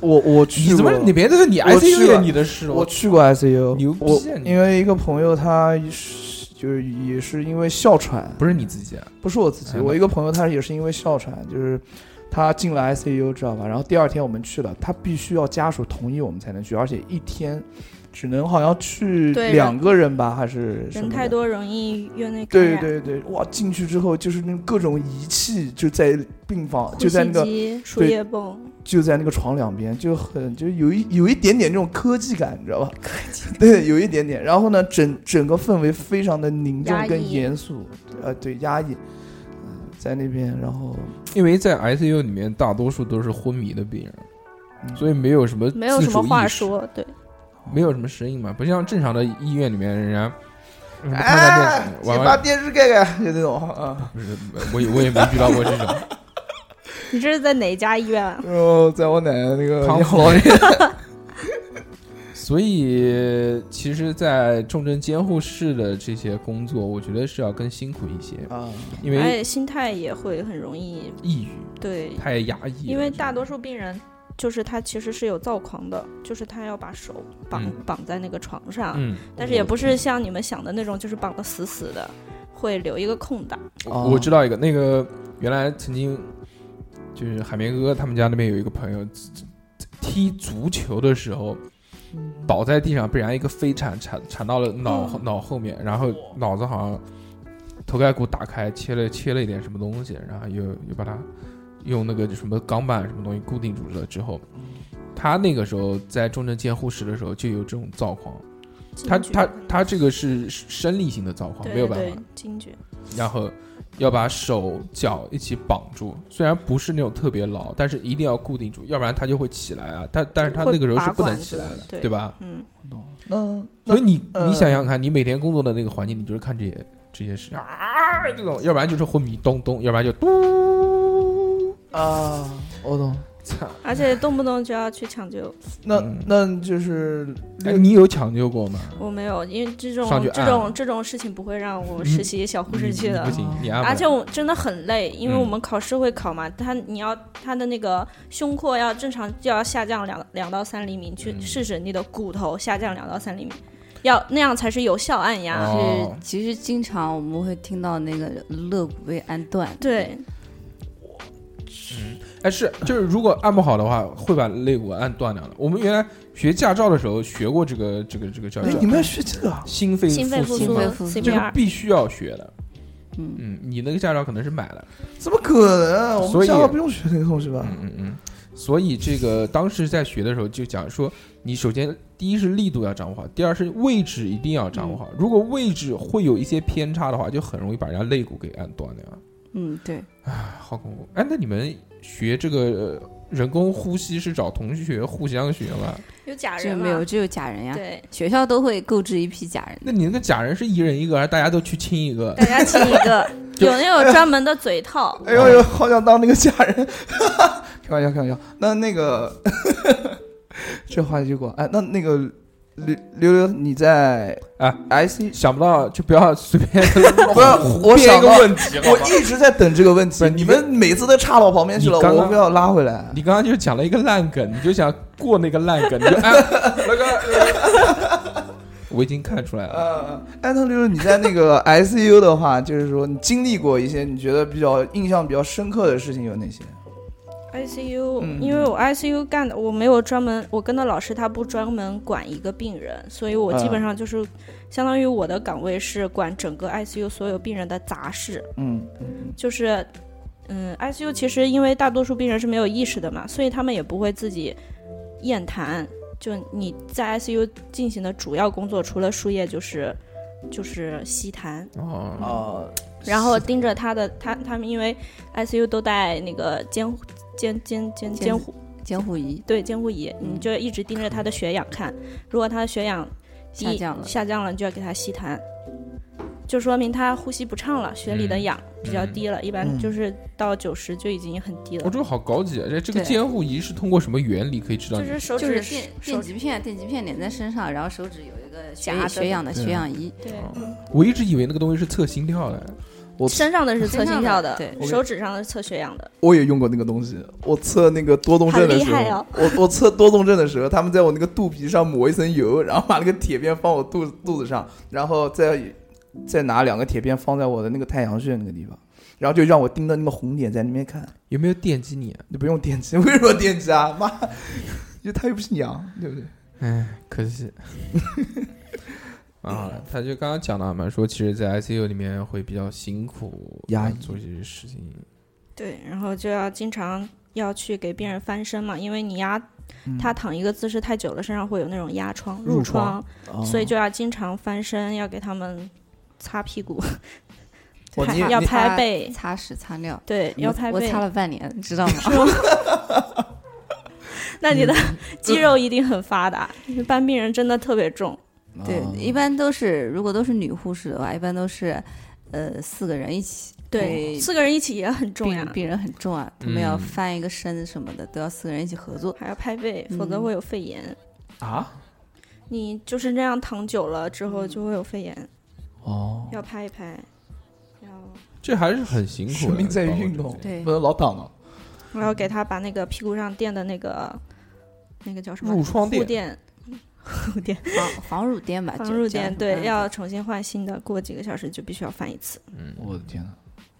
我我去
你怎
过
么，你别这个你
我去
ICU
了
也你的事，哦
我去过 ICU，
牛逼啊
我
你
因为一个朋友他是就是也是因为哮喘，
不是你自己啊，
不是我自己，
哎
我一个朋友他也是因为哮喘，就是他进了 ICU 知道吧？然后第二天我们去了，他必须要家属同意我们才能去，而且一天只能好像去
对
两个人吧，还是什么
人
的
太。多容易院内感
对
染。
对对，哇！进去之后就是那各种仪器就在病房，
呼
就在那
吸
个
机、输
对
液泵，
就在那个床两边，就很就有一有一点点这种科技感，你知道吧？科技 <laughs> 对，有一点点。然后呢，整整个氛围非常的凝重
压抑
跟严肃，呃，对，压抑。嗯在那边，然后
因为在 ICU 里面大多数都是昏迷的病人，
嗯
所以没有什么
没有
呃自
什么
主意
话
识，
说。对，
没有什么声音嘛，不像正常的医院里面人家什么
哎
看看电视玩
你把
玩，
电视看看，就这种啊。
不是我也我也没遇到过这种。
你这是在哪家医院啊？
然后在我奶奶那个
康
养
复
老院，
所以，其实，在重症监护室的这些工作，我觉得是要更辛苦一些，
啊，
因
而
为
且心态也会很容易
抑郁
对，
太压抑了，
因为大多数病人就是他其实是有躁狂的，就是他要把手绑、
嗯
绑在那个床上，
嗯，
但是也不是像你们想的那种，就是绑得死死的，会留一个空档。
哦
嗯我知道一个，那个原来曾经就是海绵哥哥他们家那边有一个朋友踢足球的时候
嗯
倒在地上，被人家一个飞铲铲铲到了
嗯
脑、脑后面，然后脑子好像头盖骨打开，切了切了一点什么东西，然后又又把它用那个什么钢板什么东西固定住了之后。他那个时候在重症监护室的时候就有这种躁狂，
惊
他
厥
他
可能
他这个是生理性的躁狂，
对
没有办法
对，惊厥，
然后要把手脚一起绑住，虽然不是那种特别牢，但是一定要固定住，要不然他就会起来啊。但但是他那个时候是不能起来
会拔
的
管子，对
吧？
嗯，
那
所以你、
呃
你想想看，你每天工作的那个环境，你就是看这些这些事啊，这种，要不然就是昏迷咚咚，要不然就咚，
啊，我懂。
操！
而且动不动就要去抢救。
那
嗯
那就是
哎你有抢救过吗？
我没有，因为这种
上去啊
这
按
种这种事情不会让我实习小护士去的。啊
你不行，你安排
而且我真的很累，因为我们考试会考
嗯
嘛，他你要他的那个胸廓要正常就要下降两两到三厘米，去
嗯
试试你的骨头下降两到三厘米，要那样才是有效按压。
哦
是，其实经常我们会听到那个肋骨被按断，
对，
哎，是，就是如果按不好的话，会把肋骨按断掉的。我们原来学驾照的时候学过这个这个这个叫
哎，
什
你
么？
们要学这个啊？
心肺
心肺复
苏
苏
嘛
心肺复苏
这个
CPR，
必须要学的。
嗯
嗯，你那个驾照可能是买的。
怎么可能？啊我
所
们
以
家伙不用学那个东西吧？
嗯嗯嗯。所以这个当时在学的时候就讲说，你首先第一是力度要掌握好，第二是位置一定要掌握好。如果位置会有一些偏差的话，就很容易把人家肋骨给按断掉。
嗯，对，
好恐怖！哎，那你们学这个呃人工呼吸是找同学互相学吗？
有假
这
人
没有，
嘛？
只有假啊人呀。
对，
学校都会购置一批假人的，
那你那个假人是一人一个，还是大家都去亲一个？
大家亲一 <laughs> 个，有那种专门的嘴套。
哎呦呦，好想当那个假人！ <laughs> 开玩笑，开玩笑。那那个， <laughs> 这话题就过。哎，那那个刘刘刘，你在
啊
IC？
想不到就不要随 <laughs> 便
不要，我
编
想
一个
到
问题。好
我
吧
一直在等这个问
不
题
是，你
你们每次都岔到旁边去了，
你刚刚
我不要拉回来。
你刚刚就讲了一个烂梗，你就想过那个烂梗，你就哎那个，呃我已经看出来了。
呃，哎，那就是你在
<laughs>
那个 ICU 的话，就是说你经历过一些你觉得比较印象比较深刻的事情有哪些？
ICU，、
嗯
因为我 ICU 干的，我没有专门，我跟的老师他不专门管一个病人，所以我基
嗯
本上就是、相当于我的岗位是管整个 ICU 所有病人的杂事，
嗯嗯
就是，嗯，ICU 其实因为大多数病人是没有意识的嘛，所以他们也不会自己厌谈。就你在 ICU 进行的主要工作，除了输液就是就是吸痰，
嗯
哦，
啊，
然后盯着他的他他们因为 ICU 都带那个监护监监监
监
监护
监护仪
对监护仪，你就一直盯着他的血氧看，如果他的血氧低
下降了
下降了，你就要给他吸痰，就说明他呼吸不畅了，血里的
嗯
氧比较低了，一般就是到九十就已经很低
我
了，
这个好高级啊！这这个
对
监护仪是通过什么原理可以知道
就
你？
是手
就
指
是电
手
电
指
极片，电极片连在身上，然后手指有一个
夹
血
着
血氧的
对啊
血氧仪，
对。
哦我一直以为那个东西是测心跳的。
身上的是测
身上
心
的
跳的，
对
我
手指上的是测血氧的，
我也用过那个东西，我测那个多动症的时候，
好厉害哦
我我测多动症的时候，他们在我那个肚皮上抹一层油，然后把那个铁片放我肚子肚子上，然后再再拿两个铁片放在我的那个太阳穴那个地方，然后就让我盯着那个红点在那边看，
有没有电击你啊？
你不用电击，为什么电击啊？妈，因为他又不是羊，对不对？
哎，可惜。 <laughs> 啊，他就刚刚讲到嘛，说其实，在 ICU 里面会比较辛苦，
压抑
做这些事情。
对，然后就要经常要去给病人翻身嘛，因为你压
嗯
他躺一个姿势太久了，身上会有那种压疮、褥
褥
疮
疮，
哦
所以就要经常翻身，要给他们擦屁股，
哦
拍
你
要
你
拍
擦
背，
擦屎擦尿，
对，要拍
我
背
擦。了半年，你知道吗？
那你的
嗯
<laughs> 肌肉一定很发达，一般病人真的特别重。
<laughs> 嗯对，一般都是如果都是女护士的话，一般都是呃四个人一起，
对，嗯四个人一起也很重
病
呀，
病人很重啊，他们
嗯
要翻一个身什么的，都要四个人一起合作。
还要拍背，否则
嗯
会有肺炎。
啊
你就是这样躺久了之
嗯
后就会有肺炎，
哦，
要拍一拍，然后
这还是很辛苦的。
生命在于
包括
运
这
动
些
对
不，能老躺了。
然后给他把那个屁股上垫的那个那个叫什么
褥疮
护
垫
垫。护垫、
防防乳垫吧，
防
就
褥
叫什
垫，
么
对，
嗯
要重新换新的，过几个小时就必须要翻一次。
我的天哪，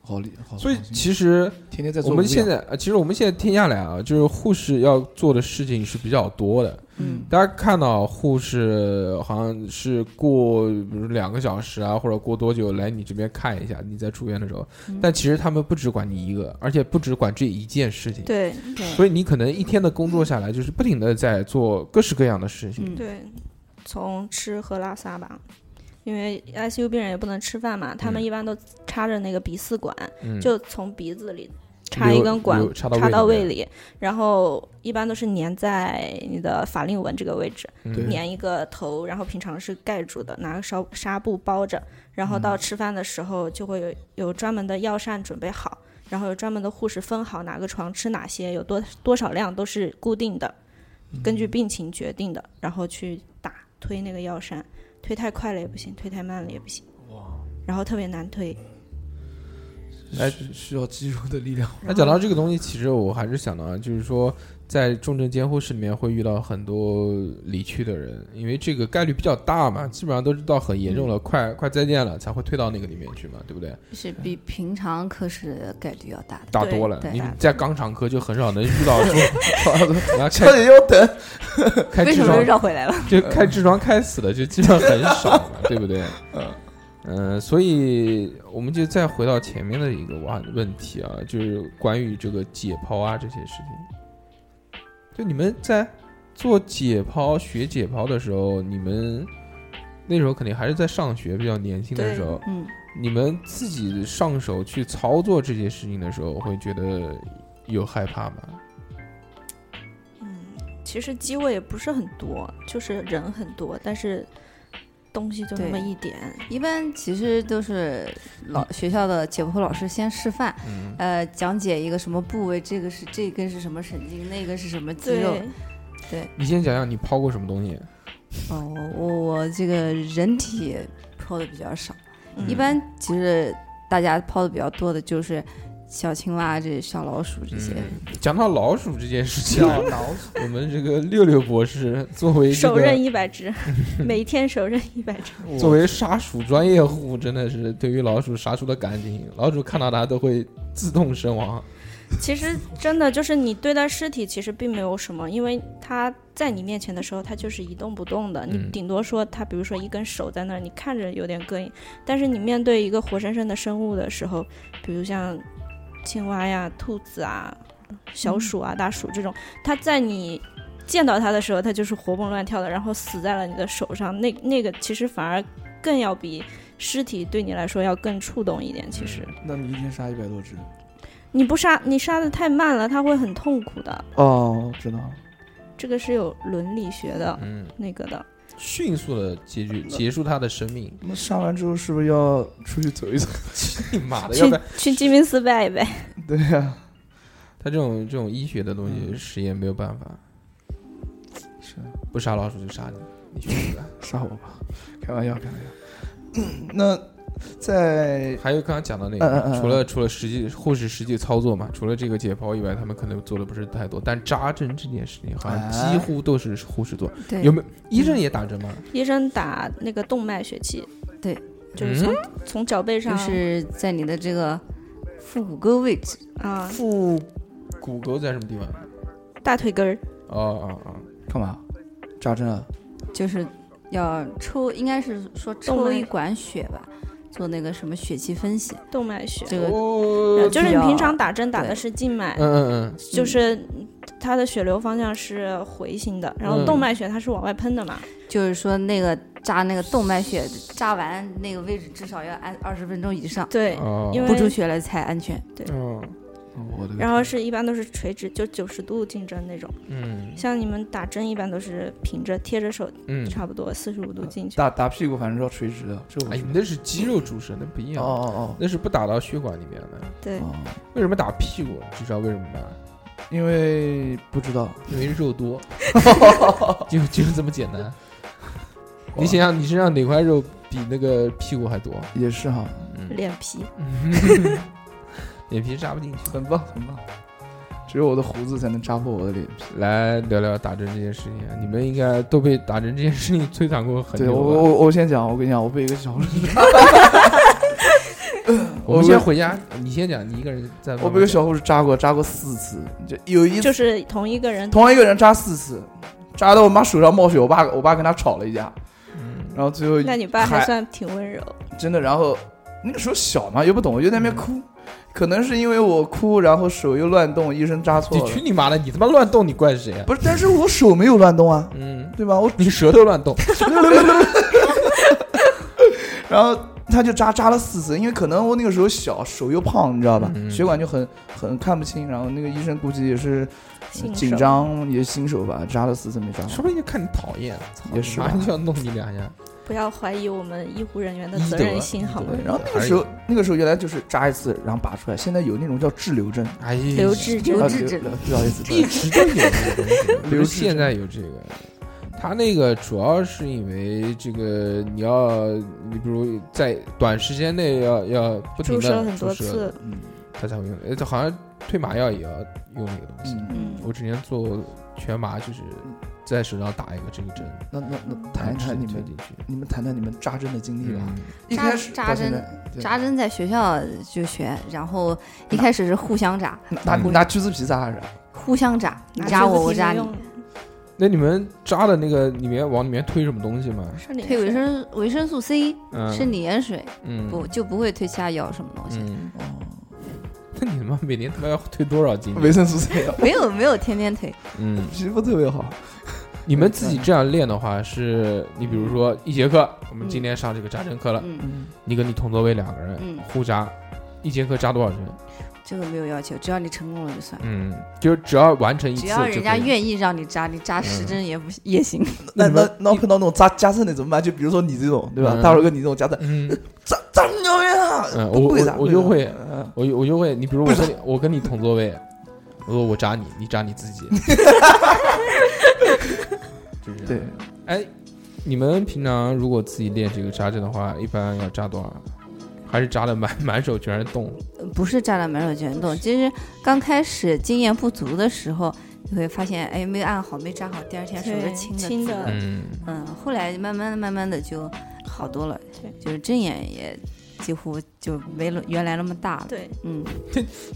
好厉好！
所以其实
天天在做
我
无
们
氧
现在，呃其实我们现在听下来啊，就是护士要做的事情是比较多的。
嗯，
大家看到护士好像是过比如两个小时啊，或者过多久来你这边看一下，你在住院的时候。
嗯
但其实他们不只管你一个，而且不只管这一件事情。
对
所以你可能一天的工作下来，就是不停的在做各式各样的事情。
嗯
对，从吃喝拉撒吧，因为 ICU 病人也不能吃饭嘛，他们
嗯
一般都插着那个鼻饲管，
嗯，
就从鼻子里插一
流
根管
流插到
插到
胃
胃
里
里，然后一般都是粘在你的法令纹这个位置。
嗯
粘一个头，然后平常是盖住的，拿个纱纱布包着，然后到吃饭的时候就会有有专门的药膳准备好，然后有专门的护士分好哪个床吃哪些，有多多少量都是固定的，根据病情决定的，然后去打推那个药膳，推太快了也不行，推太慢了也不行，然后特别难推，
哎
需需要肌肉的力量。
那讲到这个东西，其实我还是想到啊，就是说，在重症监护室里面会遇到很多离去的人，因为这个概率比较大嘛，基本上都是到很严重了，
嗯
快快再见了才会推到那个里面去嘛，对不对？
是比平常科室的概率要大的。
大多了
对，
你
大多
在肛肠科就很少能遇到说，然后
这
开
也要等，
开
为
痔
什么又绕
疮
回来了？
就开痔疮开死的就基本上很少 <laughs> 了，对不对？嗯，所以我们就再回到前面的一个问问题啊，就是关于这个解剖啊这些事情。就你们在做解剖、学解剖的时候，你们那时候肯定还是在上学，比较年轻的时候，
嗯，
你们自己上手去操作这些事情的时候，会觉得有害怕吗？
嗯，其实机位也不是很多，就是人很多，但是东西就那么
对
一点。
一般其实都是
嗯
老学校的解剖老师先示范，
嗯，
呃，讲解一个什么部位，这个是这根是什么神经，那个是什么肌肉。
对，
你先讲讲你抛过什么东西？
哦，我我我这个人体剖的比较少，
嗯
一般其实大家剖的比较多的就是小青蛙、这小老鼠这些。
嗯讲到老鼠这件事情啊，
脑子
<laughs> 我们这个六六博士作为这
手刃
个
一百
<laughs>
只，每天手刃一百只。
作为杀鼠专业户，真的是对于老鼠杀出了感情，老鼠看到它都会自动身亡。
其实真的就是你对待尸体其实并没有什么，因为它在你面前的时候，它就是一动不动的。你
嗯
顶多说它，比如说一根手在那儿，你看着有点膈应，但是你面对一个活生生的生物的时候，比如像青蛙呀、兔子啊、小鼠啊、大鼠这种，它在你。见到它的时候，它就是活蹦乱跳的，然后死在了你的手上。那那个其实反而更要比尸体对你来说要更触动一点。其实、
那你一天杀一百多只？
你不杀，你杀的太慢了，它会很痛苦的。
哦，知道了。
这个是有伦理学的
嗯，
那个的，
迅速的结局结束它的生命。
那杀完之后是不是要出去走一 <laughs> 走？
你妈的，
去
呃要不然
去鸡鸣寺拜一拜。
对呀、
它这种这种医学的东西
嗯
实验没有办法，
是
不杀老鼠就杀你，你去死吧。
杀我吧，开玩笑，开玩笑。嗯那在
还有刚刚讲到那
嗯嗯
个，
嗯
除了除了实际护士实际操作嘛，除了这个解剖以外，他们可能做的不是太多。但扎针这件事情好像
哎
几乎都是护士做，
对，
有没有医生也打针吗？
医生打那个动脉血气，
对，
就
嗯
是从、从脚背上
就是在你的这个腹股沟位置，
啊
腹股沟在什么地方？
大腿根儿，
哦哦哦，
干嘛？扎针啊？
就是要抽，应该是说
动
抽
脉
一管血吧，做那个什么血气分析，
动脉血。
这个
哦
就是你
比较
平常打针打的
对
是静脉，
嗯嗯
就是它的血流方向是回行的，然后
嗯哦
动脉血它是往外喷的嘛。
就是说那个扎那个动脉血，扎完那个位置至少要按二十分钟以上，
对
嗯，，哦，
因为
不出血了才安全。
嗯
我的个
然后是一般都是垂直，就九十度进针那种。
嗯
像你们打针一般都是平着贴着手，
嗯，
差不多四十五度进去。
打打屁股，反正是要垂直的。这我
哎，
知
你
道
那是肌肉注射，那不一
哦
样，
哦
那是不打到血管里面的。
对
哦，哦，
为什么打屁股？你知道为什么吗？
因为不知道，
因为肉
<laughs>
多，就就是这么简单。你想想，你身上哪块肉比那个屁股还多？
也是哈，
嗯
脸皮。
脸皮扎不进去。
很棒很棒。只有我的胡子才能扎破我的脸皮。
来聊聊打针这件事情啊，你们应该都被打针这件事情摧残过很
对
久
我
吧？
我我先讲，我跟你讲，我被一个小老鼠， <laughs>
我们先回家，你先讲，你一个人在。
我被一个小护士扎过，扎过四次，就有一次
就是同一个人，
同一个人扎四次，扎到我妈手上冒血，我爸我爸跟他吵了一架，
嗯
然后最后
那你爸还
还嗯
算挺温柔。
真的，然后那个时候小嘛，又不懂，我就
嗯
在那边哭，可能是因为我哭，然后手又乱动，医生扎错
你
了
去，你妈的！你他妈乱动，你怪谁啊？
不是，但是我手没有乱动啊，
嗯，<laughs>
对吧？我 <laughs>
你舌头乱动。
然后他就扎扎了四次，因为可能我那个时候小，手又胖，你知道吧？
嗯
血管就很很看不清，然后那个医生估计也是
新
紧
手
张，也新手吧，扎了四次没扎
说
好。
不定就看你讨厌，操
也是啊
马
吧
上就要弄你两下。
不要怀疑我们医护人员的
医
责
德
任心，好吗
嗯对？然后那个时候，那个时候原来就是扎一次，然后拔出来。现在有那种叫滞留针，
哎呀，
刘志
留
啊
置
留
针
<laughs>
留不好意思，
一直都有这个东西，不
留
是
置
现在有这个。他那个主要是因为这个你要，你比如在短时间内要要不停
注射
的
很多次，
嗯，
他才会用。呃，这好像退麻药也要用那个东
嗯
西。
嗯
我之前做全麻就是在手上打一个这个针，
那那那
然
谈
后
一谈你
推
们
进去。
你们谈谈你们扎针的经历吧。
嗯，
一
扎
开始
扎
到现
针
在对
扎针在学校就学，然后一开始是互相扎，
嗯
拿拿拿橘子皮扎还是？
互相扎，你
拿
扎
橘子
我，我
皮
扎
没
你。
用
那你们扎的那个里面往里面推什么东西吗？
是你
推维生维生素 C
嗯，
是眼盐水，
嗯
不就不会推其他药什么东西，
嗯， <laughs>
哦
那你他妈每天他妈要推多少斤？
维生素 C 啊，
没有没有天天推，
嗯，
皮肤特别好。
你们自己这样练的话，是你比如说一节课，我们今天上这个扎针课了，
嗯，
嗯，
你跟你同座位两个人
嗯
互扎，一节课扎多少针？
这个没有要求，只要你成功了就算。
嗯，就只要完成一次
只
就
要
可以，嗯
人家愿意让你扎，你扎十针也不也行。
那
你
那
们
那碰到那种扎加针的怎么办？就比如说你这种对吧，
嗯
大手哥你这种加针，
嗯，
扎扎什么牛呀？
嗯
都不会
我
扎
我我
不
就
扎
会
嗯
我我就会，你比如我
不是
跟你我跟你同座位，我说我扎你，你扎你自己，就是这
对
样，哎，你们平常如果自己练这个扎针的话，一般要扎多少？还是扎的满满手全是洞？
不是扎了满手全动，其实刚开始经验不足的时候，你会发现哎没按好没扎好，第二天手
对
是青
青
紫
的
嗯，
嗯，后来慢慢的、慢慢的就好多了，
对
就是针眼也几乎就没了原来那么大
啊
了。
对，
嗯，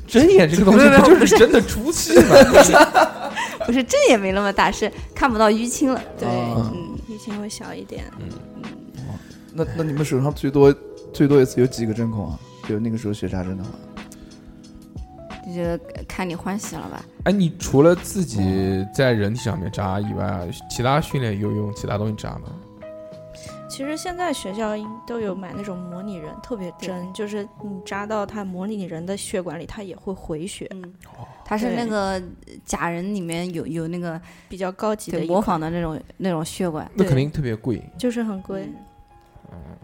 针眼这个东西不就是真的出气吗？
不是针也没那么大，是看不到淤青了。
对
哦
嗯，
淤青会小一点。
那那你们手上最多最多一次有几个针孔啊？就那个时候学扎针的话，
这就看你欢喜了吧。
哎，你除了自
嗯
己在人体上面扎以外，其他训练有用其他东西扎吗？
其实现在学校应都有买那种模拟人，特别真，就是你扎到它模拟人的血管里，它也会回血，
嗯，它是那个假人里面有有那个
比较高级的
对
一
模仿
款，
的那种那种血管。
那
对
肯定特别贵，
就是很贵。
嗯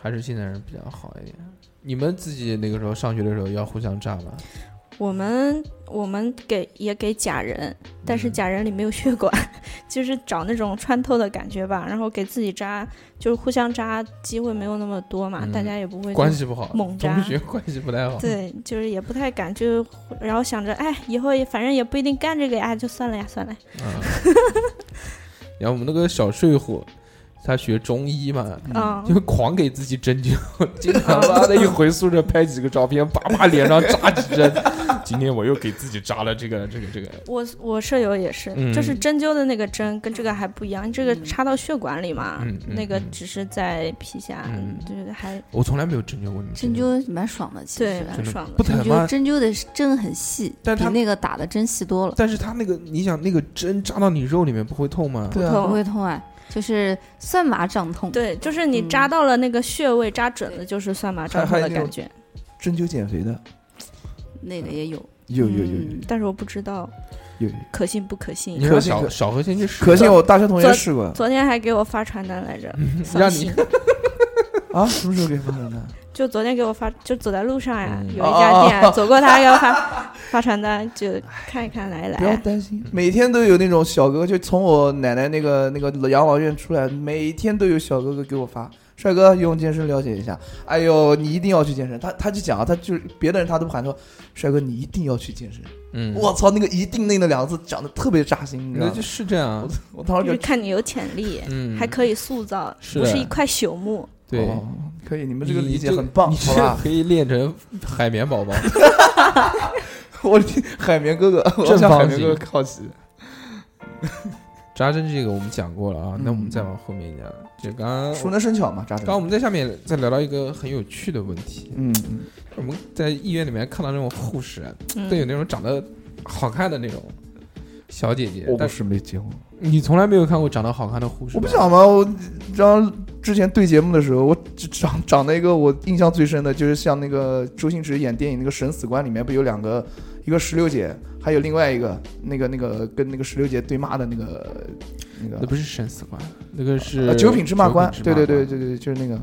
还是现代人比较好一点。你们自己那个时候上学的时候要互相扎吗？
我们我们给也给假人，但
嗯
是假人里没有血管， <laughs> 就是找那种穿透的感觉吧。然后给自己扎，就是互相扎，机会没有那么多嘛，
嗯
大家也不会
关系不好，
猛扎
同学关系不太好。
对，就是也不太敢，就然后想着，哎，以后也反正也不一定干这个呀，就算了呀，算了呀。
嗯。然后我们那个小睡虎，他学中医嘛，
哦
嗯，
就狂给自己针灸，经常妈的一回宿舍拍几个照片，啪啪脸上扎几
<laughs>
针。今天我又给自己扎了这个这个这个，
我我舍友也是，
嗯
就是针灸的那个针跟这个还不一样，这个插到血管里嘛，
嗯嗯
那个
嗯
只是在皮下，
嗯
就是还
我从来没有针灸过你们
针
这个
灸蛮爽的，其
对
实。
蛮
真的
爽的
不。
针
疼
灸
吗？
针灸的针很细，
但
比
它
那个打的针细多了，
但是它那个，你想那个针扎到你肉里面不会痛吗？
对
不
啊，
会痛啊，就是酸麻胀痛。
对，就是你扎到了那个穴位，扎准了就是算麻扎
还
痛
还有
的
那
感
种
觉。
针灸减肥的
那个也有。
有有有有
嗯
但是我不知道
有有，
可信不可信
你。
可
让
信
小
可
小何先去试，
可信我大学同学
昨
试过
昨天还给我发传单来着，扫
嗯让 <laughs>
兴
你
啊，什么时候给发的
<laughs>
呢？
就昨天给我发，就走在路上呀，
嗯
有一家店，走过他给我发发传单，就看一看来一
不要
来。
担心，每天都有那种小哥哥，就从我奶奶那个那个养老院出来，每天都有小哥哥给我发。帅哥，游泳健身了解一下。哎呦，你一定要去健身。他他就讲啊，他就是别的人他都不喊说，帅哥你一定要去健身。
嗯，
我操，那个一定那个两个字讲的特别扎心，你知道
那
吗
就？是这样啊
我，我当时
就
就是
看你有潜力，
嗯，
还可以塑造，
是
不
的
是一块朽木。
对。
哦可以，你们这个
你
理解
这
很棒，
你
好
这个
吧？
可以练成海绵 <laughs> 宝宝。
我听海
<laughs>
绵哥哥，我
正
向海
方
绵
形
哥哥靠齐。
扎针这个我们讲过了啊，那我们
嗯
再往后面讲。就刚刚
熟
刚
能生巧嘛，扎针。
刚我们在下面再聊到一个很有趣的问题，
嗯，嗯
我们在医院里面看到那种护士啊，
嗯
都有那种长得好看的那种小姐姐，
我不
但是
是没结婚。
你从来没有看过长得好看的护士
我
吧？
不讲嘛，我然后之前对节目的时候，我只长长了一个我印象最深的，就是像那个周星驰演电影那个《审死官》里面不有两个，一个石榴姐，还有另外一个那个那个跟那个石榴姐对骂的那个那
那
个
不是生死官，那个是
呃九品芝麻官，
九品芝
对对
麻
对对对，就是那个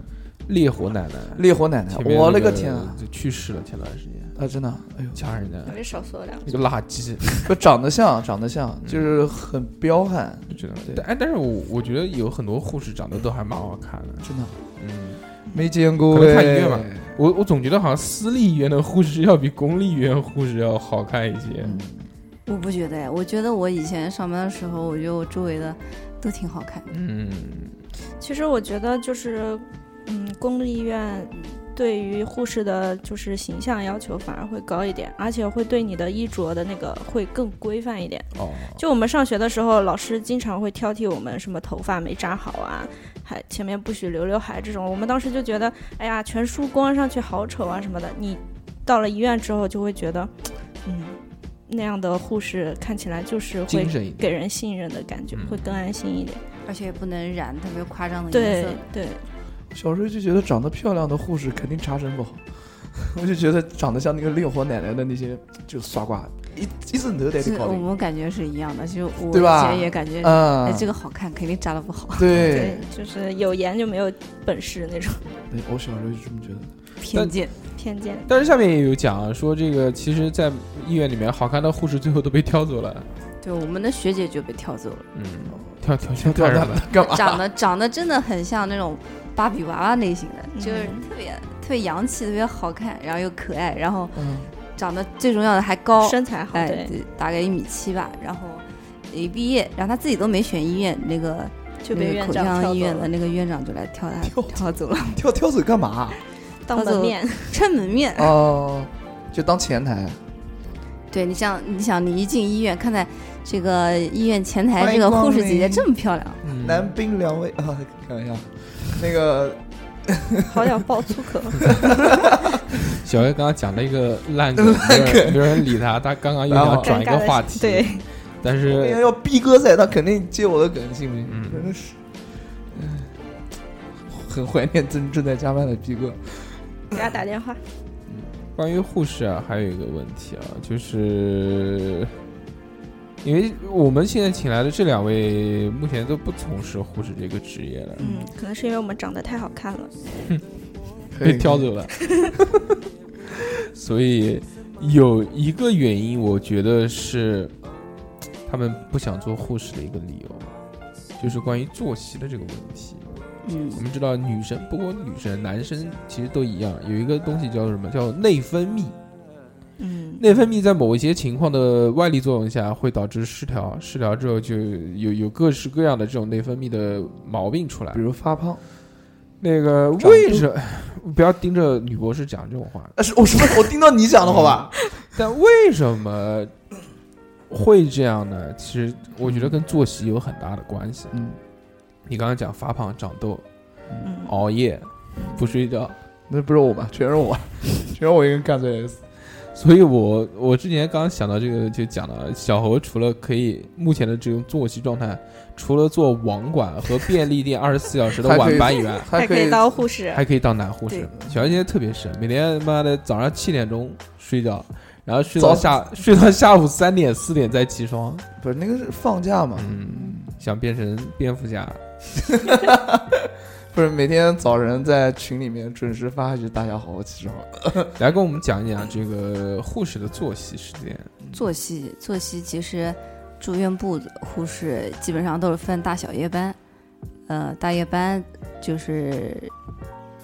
烈火奶奶，
烈火奶奶
前面
我
那
勒
个
个天啊！
就去世了，前段时间
啊，真的，哎呦，
掐
<laughs>
人家
我就少说两句。
那个垃圾，
不长得像，长得像，就是很彪悍，
就觉得
对
但哎，但是我我觉得有很多护士长得都还蛮好看的，
真的
嗯，
没见过
可能看医
哎
院吧我我总觉得好像私立医院的护士要比公立医院护士要好看一些，
嗯
我不觉得哎，我觉得我以前上班的时候，我觉得我周围的都挺好看的。
嗯，
其实我觉得就是，嗯，公立医院对于护士的就是形象要求反而会高一点，而且会对你的衣着的那个会更规范一点。
哦，
就我们上学的时候，老师经常会挑剔我们什么头发没扎好啊，还前面不许留刘海这种。我们当时就觉得，哎呀，全梳光上去好丑啊什么的。你到了医院之后，就会觉得， <laughs> 嗯，那样的护士看起来就是会
精神一点，
给人信任的感觉，
嗯
会更安心一点。
而且也不能染特别夸张的颜
对
色。
对，
小时候就觉得长得漂亮的护士肯定差生不好，我就觉得长得像那个烈火奶奶的那些就刷瓜，一一整头带
是
的搞
我
定，
们感觉是一样的，就我
对吧
以前也感觉，哎
啊，，
这个好看，肯定扎的不好，
对，
就是有颜就没有本事那种
对我小时候就这么觉得。
<laughs> 偏见。
偏见。
但是下面也有讲啊说，这个其实，在医院里面，好看的护士最后都被挑走了，
对，我们的学姐就被挑走了，
嗯，挑挑挑挑
干
人
嘛
了，
<laughs>
干嘛？
长得长得真的很像那种芭比娃娃类型的，就是
嗯
特别特别洋气，特别好看，然后又可爱，然后
嗯，
长得最重要的还高，
身材好，
哎，
对，
对大概一米七吧，然后一毕业，然后他自己都没选医院那个
就被
那个
院
口
长挑
腔
走
医院的
了，
那个院长就来
<laughs>
挑他
挑
挑走了，
挑挑嘴干嘛？啊
当
挑走
门面。 <laughs>
撑门面。
哦，就当前台。
对你像你想你一进医院，看在这个医院前台这个
欢迎光
护士姐姐
临
这么漂亮，
嗯
男宾两位啊，开玩笑。那个
好想爆粗口，
小 A 刚刚讲了一个烂梗，没有人没有人理他，他刚刚又
然
想
后
<laughs> 转
尴
一
尬
个
的
话题，
对，
但
那个
是
要逼哥在，他肯定接我的梗，信不信？
嗯
真的是，唉很怀念正正在加班的逼哥。
给他打电话。
关于护士啊，还有一个问题啊，就是因为我们现在请来的这两位目前都不从事护士这个职业了，
嗯，可能是因为我们长得太好看了。
被挑走了， <laughs> 所以有一个原因，我觉得是他们不想做护士的一个理由，就是关于作息的这个问题。
嗯
我们知道女生，不光女生，男生其实都一样，有一个东西叫什么？叫内分泌。
嗯，
内分泌在某一些情况的外力作用下会导致失调，失调之后就有有各式各样的这种内分泌的毛病出来
比。如发胖，
那个
长
为什不要盯着女博士讲这种话？
啊，是我什么？我听到你讲了，好吧？
<laughs> 但为什么会这样呢？其实我觉得跟作息有很大的关系。
嗯，
你刚刚讲发胖、长痘、
嗯，
熬夜、不睡觉，
那不是我吧？全是 <laughs> 我，全是我一个人干这个事。
所以我我之前刚刚想到这个，就讲了小何除了可以目前的这种作息状态，除了做网管和便利店二十四小时的晚班以外， <laughs>
还
可以当护士。
还可以当男护士
对。
小何现在特别神，每天他妈的早上七点钟睡觉，然后睡
早
到下 <laughs> 睡到下午三点四点再起床。
不是那个是放假嘛？
嗯，想变成蝙蝠侠，
不是每天早晨在群里面准时发一句“大家好，我起床了
来跟我们讲一讲这个护士的作息时间。
作息作息其实住院部护士基本上都是分大小夜班，呃，大夜班就是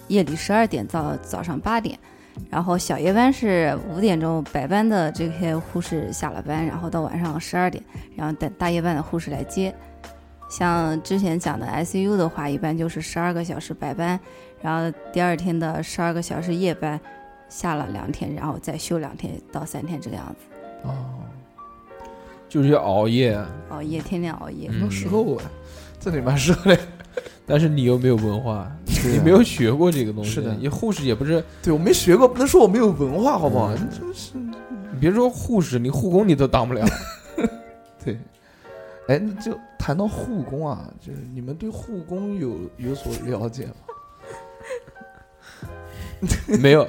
夜里十二点到早上八点，然后小夜班是五点钟白班的这些护士下了班，然后到晚上十二点，然后等大夜班的护士来接。像之前讲的 ICU 的话，一般就是十二个小时白班，然后第二天的十二个小时夜班，下了两天，然后再休两天到三天这个样子。
哦，就是要熬 <laughs> 夜。啊
熬哦夜，天天熬夜。”，
能
嗯
适合我呀，这里蛮适合的。
但是你又没有文化，
<laughs> 对啊
你没有学过这个东西。
是的
你护士也不是，
对我没学过，不能说我没有文化，好不好？
嗯
真是
你别说护士，你护工你都
<laughs>
当不了。
对。哎，那就谈到护工啊，就是你们对护工有有所了解吗？
没有，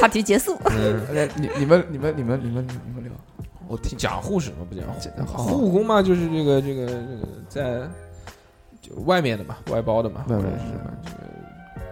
话题结束。
嗯，
哎你你们你们你们你们你们聊，我听
讲护士嘛不讲护
讲好
护工嘛，就是这个这个这个在。就外面的嘛，外包的嘛，
外
或
包
者是什么这个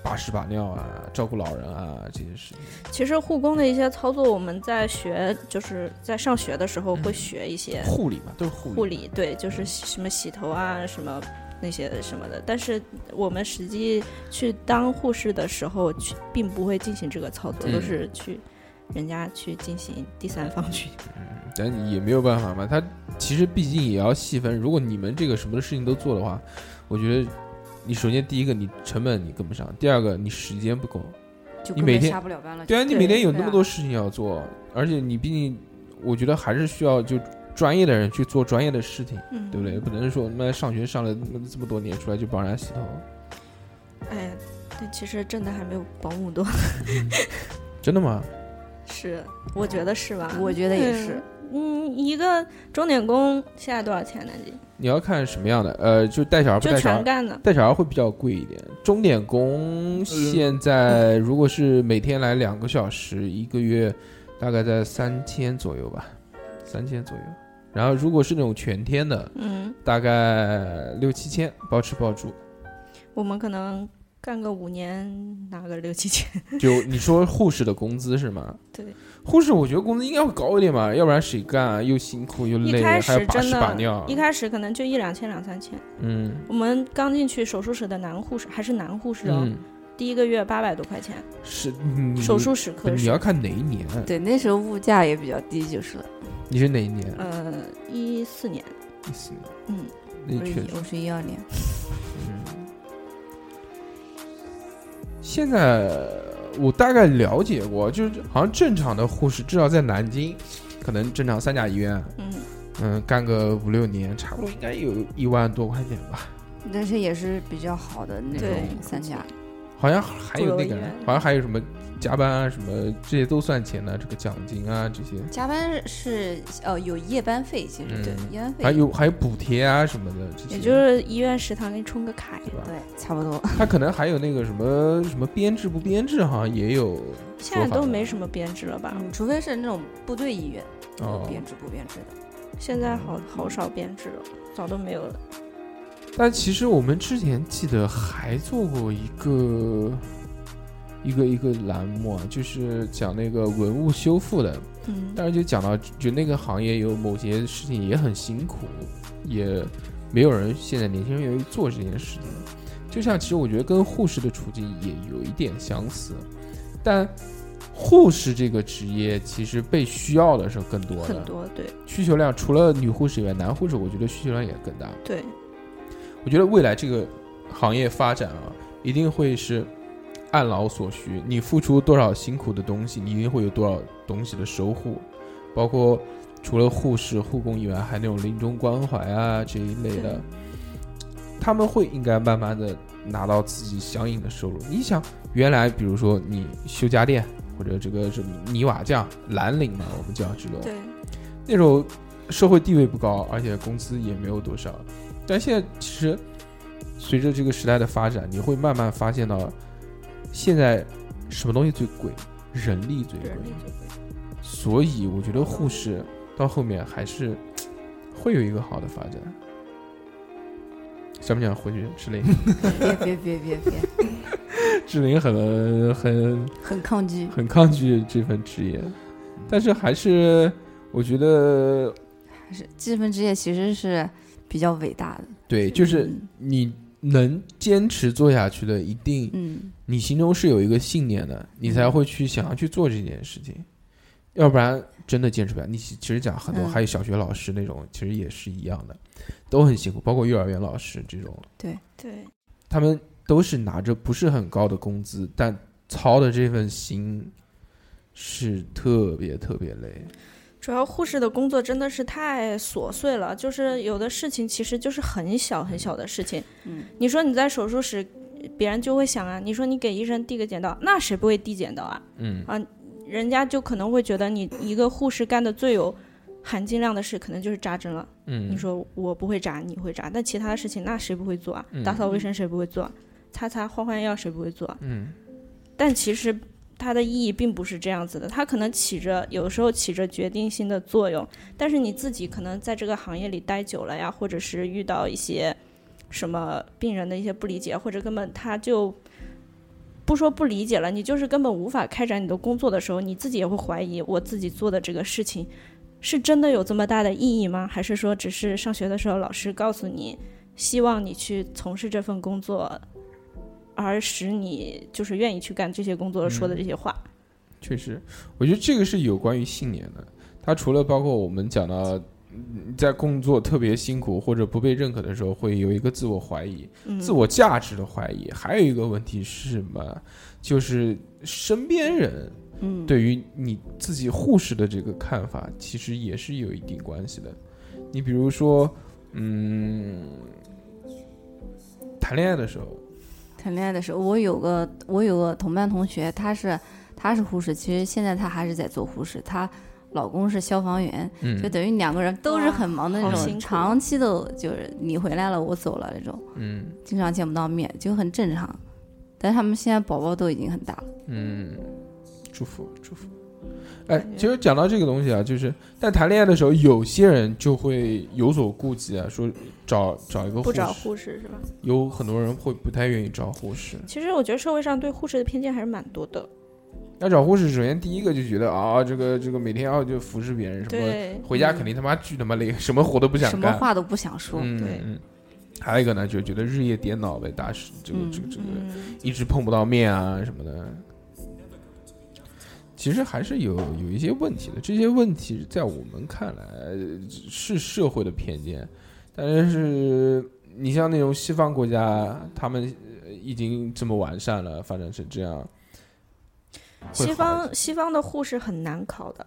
把屎把尿啊，照顾老人啊这些事情。
其实护工的一些操作，我们在学，就是在上学的时候
嗯
会学一些
护理嘛，都是护理。
护理，对，就是洗什么洗头啊，什么那些什么的。但是我们实际去当护士的时候，去并不会进行这个操作，
嗯
都是去人家去进行第三方去。
但也没有办法嘛，他其实毕竟也要细分。如果你们这个什么事情都做的话，我觉得你首先第一个你成本你跟不上，第二个你时间不够。
就
你
根
每
本
天
下不了班了。
对啊，你每天有那
对
么
啊
多事情要做，而且你毕竟我觉得还是需要就专业的人去做专业的事情，
嗯
对不对？不能说他妈上学上了那么这么多年出来就帮人家洗头。
哎呀，但其实挣的还没有保姆多，
真的吗？
是，我觉得是吧？
我觉得也是。
嗯，嗯一个钟点工现在多少钱呢？
你要看什么样的，呃，就带小啊孩不
就
带小
全
孩，
干的，
带小孩会比较贵一点。钟点工现在如果是每天来两个小时，一个月大概在三千左右吧，三千左右。然后如果是那种全天的，
嗯，
大概六七千，包吃包住。
我们可能干个五年拿个六七千，
就你说护士的工资是吗？
对，
护士我觉得工资应该会高一点吧，要不然谁干啊？又辛苦又
一
累，
开
还要
始
把
真
屎把
的
尿，啊
一。开始可能就一两千两三千。
嗯
我们刚进去手术室的男护士还是男护士哦，
嗯，
第一个月八百多块钱，
是你
手术室科
不是你
室
要，看哪一年？啊
对，那时候物价也比较低，就是了。
你是哪一年？
呃，一四年，
一四年。
嗯，
那
我是
确
一
实。
我是一二年，
现在我大概了解过，就是好像正常的护士，至少在南京，可能正常三甲医院，
嗯，
嗯，干个五六年，差不多应该有一万多块钱吧。
但是也是比较好的那种
对
三甲。
好像还有那
左右
个
医院，
好像还有什么加班啊，什么这些都算钱的，这个奖金啊这些，
加班是呃有夜班费，其实
嗯
对夜班
还
费，
有还有补贴啊什么的这
也
些。
就是医院食堂给你充个卡呀。
对，差
<laughs>
不多。
他可能还有那个什么什么编制不编制，好像也有
现在都没什么编制了吧？
嗯，除非是那种部队医院，
哦。
编制不编制的。
现在好好少编制了，早都没有了。
但其实我们之前记得还做过一个一个一个栏目啊，就是讲那个文物修复的，
嗯，
当然就讲到，就那个行业有某些事情也很辛苦，也没有人现在年轻人愿意做这件事情。就像其实我觉得跟护士的处境也有一点相似，但护士这个职业其实被需要的是更多的，
很多，对
需求量除了女护士以外，男护士我觉得需求量也更大。
对，
我觉得未来这个行业发展啊，一定会是按劳所需，你付出多少辛苦的东西，你一定会有多少东西的收获，包括除了护士、护工以外，还有那种临终关怀啊这一类的
对，
他们会应该慢慢的拿到自己相应的收入。你想，原来比如说你修家电或者这个什么泥瓦匠、蓝领嘛，我们叫这种，
对，
那时候社会地位不高，而且工资也没有多少。但现在其实随着这个时代的发展，你会慢慢发现到，现在什么东西最贵？人力最贵。
人力最贵。
所以我觉得护士到后面还是会有一个好的发展。想不想回去？志玲，
别别别别别，
志玲很很
很抗拒，
很抗拒这份职业，但是还是我觉得
还是这份职业其实是比较伟大的。
对，就是
嗯
你能坚持做下去的，一定
嗯，
你心中是有一个信念的，你才会去想要去做这件事情，要不然真的坚持不了。你其其实讲很多，
嗯
还有小学老师那种，其实也是一样的，都很辛苦，包括幼儿园老师这种，
对，
他们都是拿着不是很高的工资，但操的这份心是特别特别累。
主要护士的工作真的是太琐碎了，就是有的事情其实就是很小很小的事情。
嗯，
你说你在手术室，别人就会想啊，你说你给医生递个剪刀，那谁不会递剪刀啊？
嗯，
人家就可能会觉得你一个护士干的最有含金量的事，可能就是扎针了。
嗯，
你说我不会扎，你会扎，但其他的事情那谁不会做啊
嗯？
打扫卫生谁不会做啊？擦擦换换药谁不会做啊？
嗯
但其实它的意义并不是这样子的，它可能起着有时候起着决定性的作用，但是你自己可能在这个行业里待久了呀，或者是遇到一些什么病人的一些不理解，或者根本他就不说不理解了，你就是根本无法开展你的工作的时候，你自己也会怀疑我自己做的这个事情是真的有这么大的意义吗？还是说只是上学的时候老师告诉你，希望你去从事这份工作，而使你就是愿意去干这些工作
嗯
说的这些话？
确实，我觉得这个是有关于信念的。它除了包括我们讲到，嗯在工作特别辛苦或者不被认可的时候，会有一个自我怀疑、
嗯
自我价值的怀疑。还有一个问题是什么？就是身边人
嗯，
对于你自己护士的这个看法，其实也是有一定关系的。你比如说，嗯，谈恋爱的时候，
谈恋爱的时候，我有个我有个同班同学，她是她是护士，其实现在她还是在做护士，她老公是消防员，
嗯
就等于两个人都是很忙的那
哇好辛
种，
苦
长期的就是你回来了我走了那种，
嗯
经常见不到面，就很正常。但是他们现在宝宝都已经很大了，
嗯，祝福祝福。哎，其实讲到这个东西啊，就是但谈恋爱的时候，有些人就会有所顾忌啊，说找找一个护
不
士，
找护士是吧？
有很多人会不太愿意找护士。
其实我觉得社会上对护士的偏见还是蛮多的。
要找护士，首先第一个就觉得啊，这个这个每天要就服侍别人，什么
对，
回家肯定他妈巨他妈累，什么活都不想
什么
干。
话都不想说。
嗯
对
嗯。还有一个呢，就觉得日夜颠倒呗，大事这个
嗯
这个这个
嗯，
一直碰不到面啊什么的，其实还是有有一些问题的。这些问题在我们看来呃是社会的偏见，但是你像那种西方国家，他们呃已经这么完善了，发展成这样，
西
会好一
方西方的护士很难考的，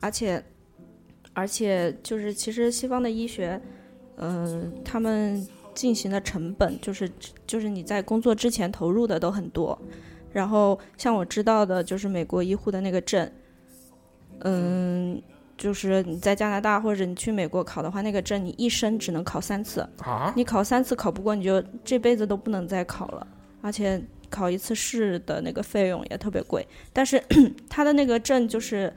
而且而且就是其实西方的医学，嗯、他们进行的成本就是就是你在工作之前投入的都很多，然后像我知道的就是美国医护的那个证，嗯。就是你在加拿大或者你去美国考的话，那个证你一生只能考三次，
些啊，
你考三次考不过，你就这辈子都不能再考了，而且考一次试的那个费用也特别贵。但是 <clears throat> 他的那个证就是，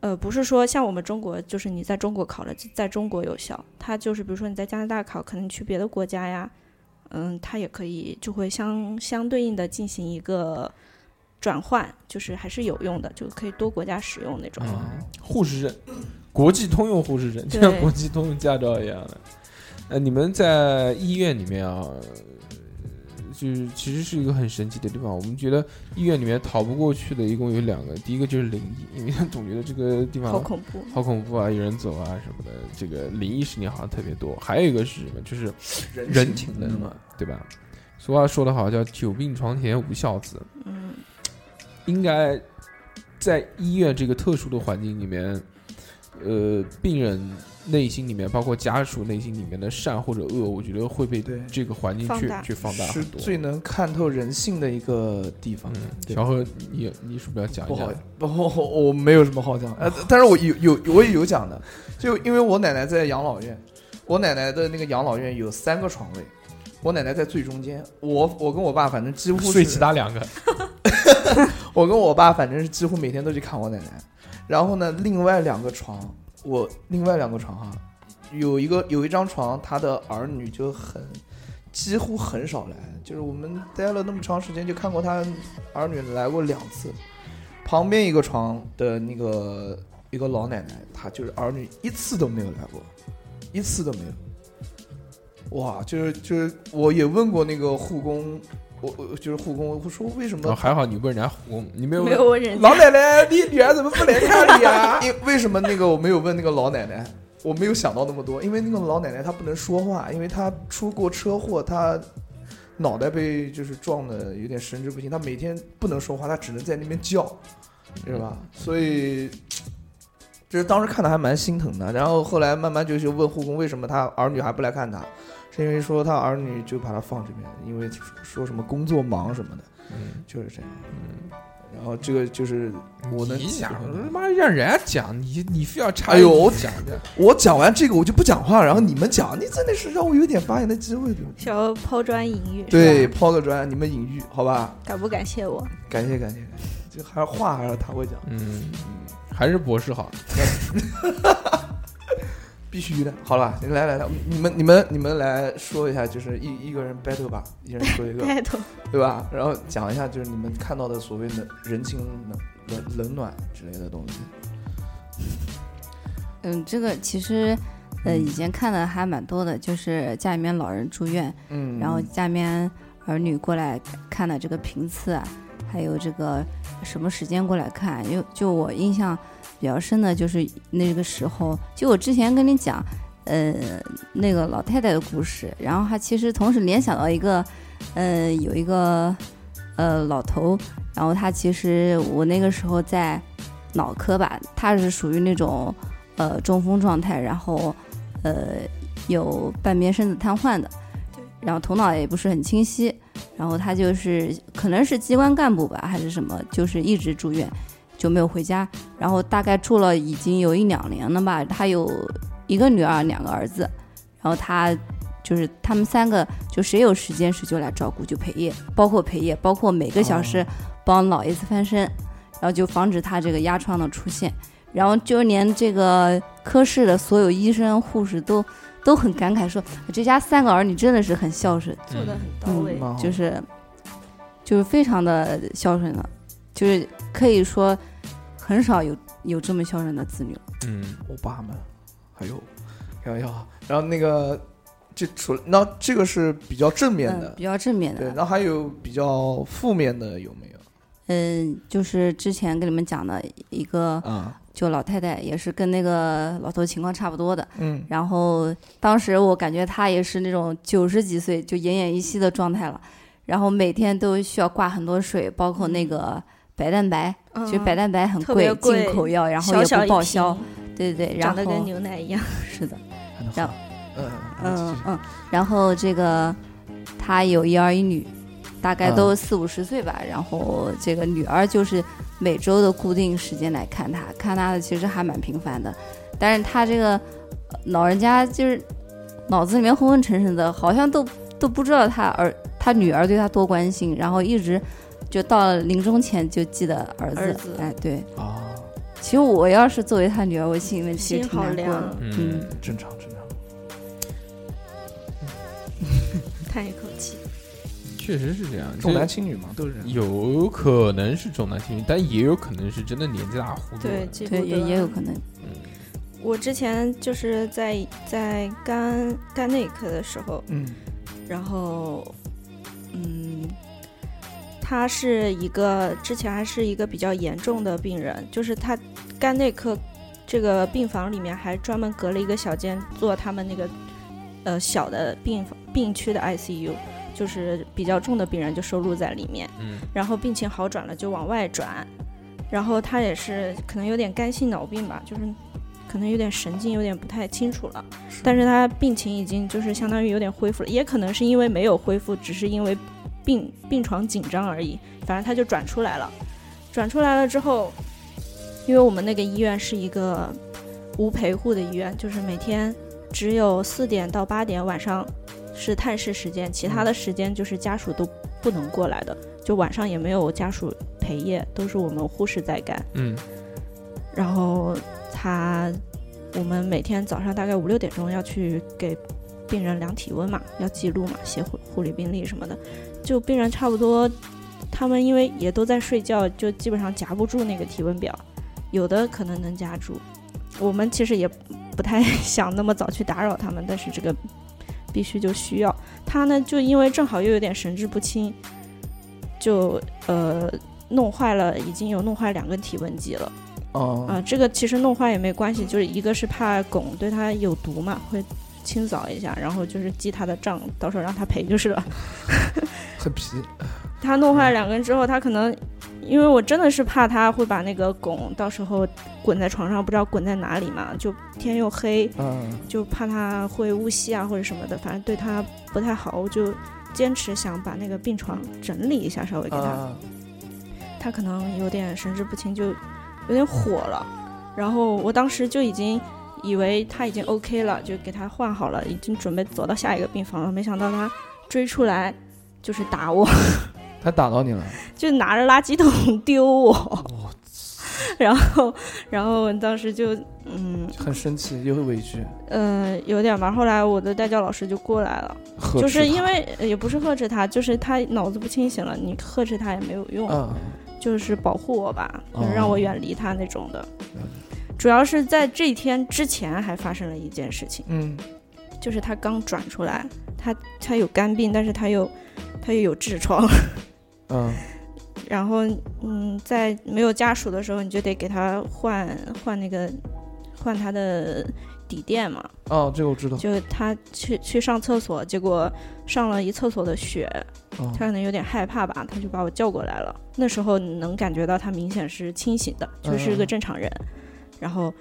呃，不是说像我们中国，就是你在中国考了，在中国有效。他就是比如说你在加拿大考，可能你去别的国家呀，嗯，他也可以就会相相对应的进行一个转换，就是还是有用的，就可以多国家使用那种。
嗯，
啊
护士证，国际通用护士证，就
对
像国际通用驾照一样的。呃，你们在医院里面啊，呃就是其实是一个很神奇的地方。我们觉得医院里面逃不过去的，一共有两个，第一个就是灵异，因为总觉得这个地方
好恐怖！
好恐怖啊，有人走啊什么的。这个灵异事件好像特别多。还有一个是什么？就是人情的嘛，对吧？俗话说得好，叫“久病床前无孝子”。
嗯，
应该在医院这个特殊的环境里面，呃，病人内心里面，包括家属内心里面的善或者恶，我觉得会被
对
这个环境
放
去
大
去放大
是
很多。
最能看透人性的一个地方
嗯。，
对
小何，你你是不是要讲
不
一
好
下？，
不好，我没有什么好讲。呃，但是我有有我也有讲的，就因为我奶奶在养老院，我奶奶的那个养老院有三个床位，我奶奶在最中间，我我跟我爸反正几乎
睡其
是，
他两个，
我跟我爸反正是几乎每天都去看我奶奶。然后呢，另外两个床，我另外两个床哈、有一个有一张床，他的儿女就很。几乎很少来，就是我们待了那么长时间，就看过他儿女来过两次。旁边一个床的那个一个老奶奶，她就是儿女一次都没有来过，一次都没有。哇，就是就是，我也问过那个护工，我我就是护工，我说为什么
哦还好你问人家我你没有
没
问
有问人家
老奶奶，你女儿怎么不来看你啊？ <laughs> 因为什么那个我没有问那个老奶奶，我没有想到那么多，因为那个老奶奶她不能说话，因为她出过车祸，她脑袋被就是撞的有点神志不清，她每天不能说话，她只能在那边叫，是吧？所以。就是当时看的还蛮心疼的，然后后来慢慢就去问护工为什么他儿女还不来看他，是因为说他儿女就把他放这边，因为说什么工作忙什么的，
嗯
就是这样。嗯然后这个就是我能
你讲
体，会
他
到
妈让人家讲，你你非要插，
哎呦我
讲的，
我讲完这个我就不讲话，然后你们讲，你真的是让我有点发言的机会，对
啊
不对？
小鹅抛砖引玉，是
对，
吧，
抛个砖，你们隐喻，好吧？
感不感谢我？
感谢感谢，感谢，这还是话
嗯
还是他会讲。
嗯，还是博士好。
必须的。好了，来来来，你们你们你们来说一下，就是一一个人 battle 吧，一人说一
<laughs>
个
battle
对吧？然后讲一下就是你们看到的所谓的人情冷冷冷暖之类的东西。
嗯，这个其实，呃，以前看的还蛮多的，就是家里面老人住院，
嗯
然后家里面儿女过来看的这个频次啊，还有这个什么时间过来看，因为就我印象比较深的就是那个时候，就我之前跟你讲，呃，那个老太太的故事，然后她其实同时联想到一个，呃，有一个呃老头，然后他其实我那个时候在脑科吧，他是属于那种呃中风状态，然后呃有半边身子瘫痪的。然后头脑也不是很清晰，然后他就是可能是机关干部吧，还是什么，就是一直住院，就没有回家。然后大概住了已经有一两年了吧，他有一个女儿，两个儿子，然后他就是他们三个，就谁有时间谁就来照顾，就陪夜，包括陪夜，包括每个小时帮老爷子翻身，然后就防止他这个压疮的出现。然后就连这个科室的所有医生护士都都很感慨说，这家三个儿女真的是很孝顺，
做的很到位，
嗯
就是就是非常的孝顺了，就是可以说很少有有这么孝顺的子女了。
嗯，
欧巴们，还有开玩笑啊。然后那个，这除了那这个是比较正面的，
嗯，比较正
啊
面
对，
的。
然后还有比较负面的有没有？
嗯，就是之前跟你们讲的一个，
啊，
就老太太也是跟那个老头情况差不多的。
嗯
然后当时我感觉她也是那种九十几岁就奄奄一息的状态了，然后每天都需要挂很多水，包括
嗯
那个白蛋白，
嗯
其实白蛋白很
特别贵
进口药，然后
小
也
小
不
一
报
瓶
销，对对对，然
长
后
得跟牛奶一样。
是的，
能
然后
嗯
嗯嗯，然后这个他有一儿一女，大概都四五十岁吧。然后这个女儿就是每周的固定时间来看他，看他的其实还蛮频繁的。但是他这个呃老人家就是脑子里面昏昏沉沉的，好像都都不知道他儿他女儿对他多关心，然后一直就到了临终前就记得儿子。
儿子
哎，对。
啊，
其实我要是作为他女儿，我心里面其
<laughs> 心
实挺
好
难过
凉
的，。
嗯，
正常正常。
叹一口气。
确实是这样。
重
这
男轻女嘛，都是这样。
有可能是重男轻女，但也有可能是真的年纪大糊涂了。
对，这
对，
个
也也有可能。
我之前就是在在肝肝内科的时候，
嗯
然后，嗯，他是一个之前还是一个比较严重的病人，就是他肝内科这个病房里面还专门隔了一个小间做他们那个呃小的病房病区的 ICU，就是比较重的病人就收录在里面。
嗯，
然后病情好转了就往外转，然后他也是可能有点肝性脑病吧，就是可能有点神经有点不太清楚了，但是他病情已经就是相当于有点恢复了，也可能是因为没有恢复，只是因为病病床紧张而已，反正他就转出来了，转出来了之后，因为我们那个医院是一个无陪护的医院，就是每天只有四点到八点晚上是探视时间，其他的时间就是家属都不能过来的，就晚上也没有家属陪夜，都是我们护士在干。
嗯
然后他，我们每天早上大概五六点钟要去给病人量体温嘛，要记录嘛，写护护理病历什么的。就病人差不多，他们因为也都在睡觉，就基本上夹不住那个体温表，有的可能能夹住。我们其实也不太想那么早去打扰他们，但是这个必须就需要。他呢，就因为正好又有点神志不清，就呃弄坏了，已经有弄坏两根体温计了。啊、
哦，
这个其实弄坏也没关系，就是一个是怕汞对它有毒嘛，会清扫一下，然后就是记它的账，到时候让他赔就是了。 <laughs>
很皮。
他弄坏两根之后，他可能因为我真的是怕他会把那个汞到时候滚在床上，不知道滚在哪里嘛，就天又黑，
嗯
就怕他会误吸啊或者什么的，反正对他不太好，我就坚持想把那个病床整理一下，稍微给他。
啊，
他可能有点神志不清，就有点火了。然后我当时就已经以为他已经 OK 了，就给他换好了，已经准备走到下一个病房了。没想到他追出来就是打我， <laughs>
他打到你了，
就拿着垃圾桶丢我。然后然后当时就嗯，
很生气又委屈，
嗯，有点吧。后来我的代教老师就过来了，
呵
就
斥
是因
他
为呃也不是呵斥他，就是他脑子不清醒了，你呵斥他也没有用，
嗯
就是保护我吧，就是让我远离他那种的。
嗯
主要是在这一天之前还发生了一件事情，
嗯
就是他刚转出来，他他有肝病，但是他又他又有痔疮， <laughs>
嗯
然后嗯，在没有家属的时候，你就得给他换换那个换他的底垫嘛，
哦，这个我知道，
就他去去上厕所，结果上了一厕所的血，
哦
他可能有点害怕吧，他就把我叫过来了。那时候你能感觉到他明显是清醒的，就是个正常人。然后，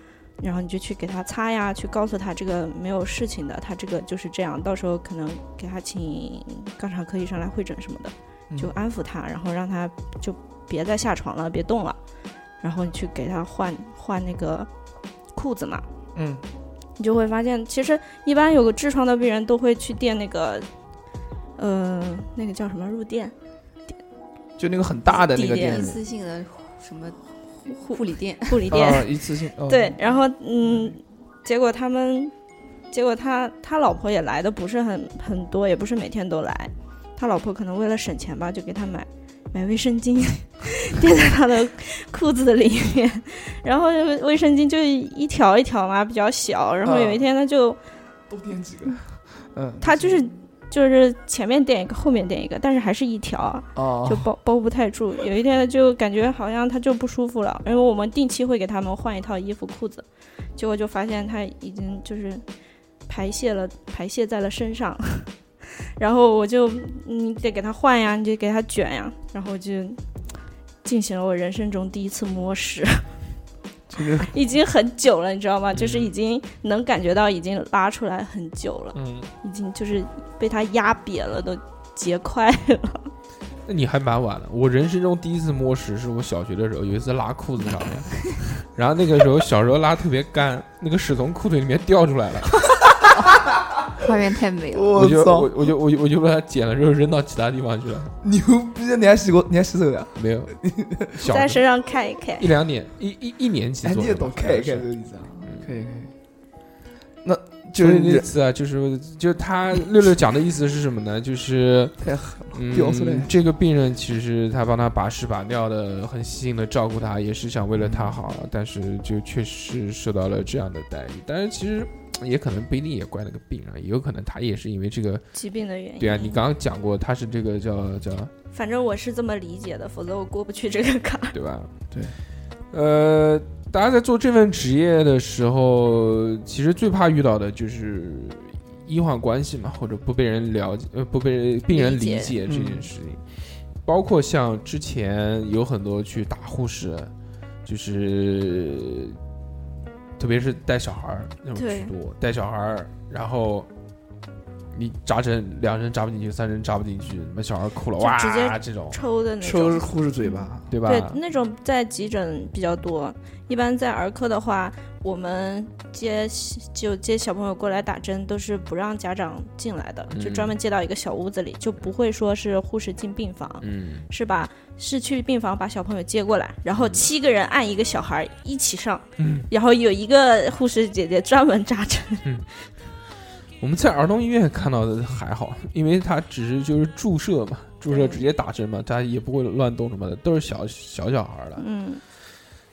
然后你就去给他擦呀，去告诉他这个没有事情的，他这个就是这样。到时候可能给他请肛肠科医生来会诊什么的，就安抚他，然后让他就别再下床了，别动了。然后你去给他换换那个裤子嘛，
嗯
你就会发现，其实一般有个痔疮的病人都会去垫那个，呃，那个叫什么入垫，
就那个很大的那个
地
店
垫
一
子
次性的什么护理店，
护
嗯
理垫。
啊，一 <laughs> 次性，哦
对，，然后嗯，结果他们，结果他他老婆也来的不是很很多，也不是每天都来，他老婆可能为了省钱吧，就给他买买卫生巾 <laughs> 垫在他的裤子的里面，然后卫生巾就一条一条嘛，比较小，然后有一天他就。
多点几个，
嗯
它就是就是前面垫一个，后面垫一个，但是还是一条啊，
哦
就包包不太住。有一天就感觉好像它就不舒服了，因为我们定期会给他们换一套衣服裤子，结果就发现它已经就是排泄了，排泄在了身上。 <laughs> 然后我就你得给它换呀，你得给它卷呀，然后就进行了我人生中第一次摸屎。
就是
<laughs> 已经很久了，你知道吗？就是已经能感觉到已经拉出来很久了，
嗯，
已经就是被它压瘪了，都结块了。
那你还蛮晚的。我人生中第一次摸屎是我小学的时候，有一次拉裤子上面，然后那个时候小时候拉特别干，那个屎从裤腿里面掉出来了，
画面太美了。
我
我
就
操
我，我就我就我就把它捡了之后扔到其他地方去了，
牛逼！你还洗过，你还洗手的？
没有，小
在
时候
身上看一看，
一两年一一一年级
哎，
左
你
右
也
吧
懂，，
好
看
像
一看
是
这个意思啊，可以可以。
就
就是是
那次啊，就是就他六六讲的意思是什么呢？就是
太狠了，屌丝嘞
嗯，这个病人其实他帮他把屎把尿的，很细心的照顾他，也是想为了他好，但是就确实受到了这样的待遇。但是其实嗯也可能不一定也怪那个病人，也有可能他也是因为这个。
疾病的原因。
对啊，你刚刚讲过他是这个叫叫
反正我是这么理解的，否则我过不去这个坎儿。
对吧？
对，
呃，大家在做这份职业的时候，其实最怕遇到的就是医患关系嘛，或者不被人了解，呃，不被病人理
理
解
解
这件事情。
嗯
包括像之前有很多去打护士，就是特别是带小孩儿那种
对
居多，带小孩儿，然后。你扎针两针扎不进去，三针扎不进去，那小孩哭了
就
哇，
直接
这种
<laughs> 抽的那
抽
种，
护士嘴巴，
对吧？
对，那种在急诊比较多。一般在儿科的话，我们接就接小朋友过来打针，都是不让家长进来的，就
嗯
专门接到一个小屋子里，就不会说是护士进病房。
嗯，
是把是去病房把小朋友接过来，然后七个人按一个小孩一起上，
嗯
然后有一个护士姐姐专门扎针，
我们在儿童医院看到的还好，因为它只是就是注射嘛，注射直接打针嘛，它也不会乱动什么的，都是小小小孩儿的。
嗯，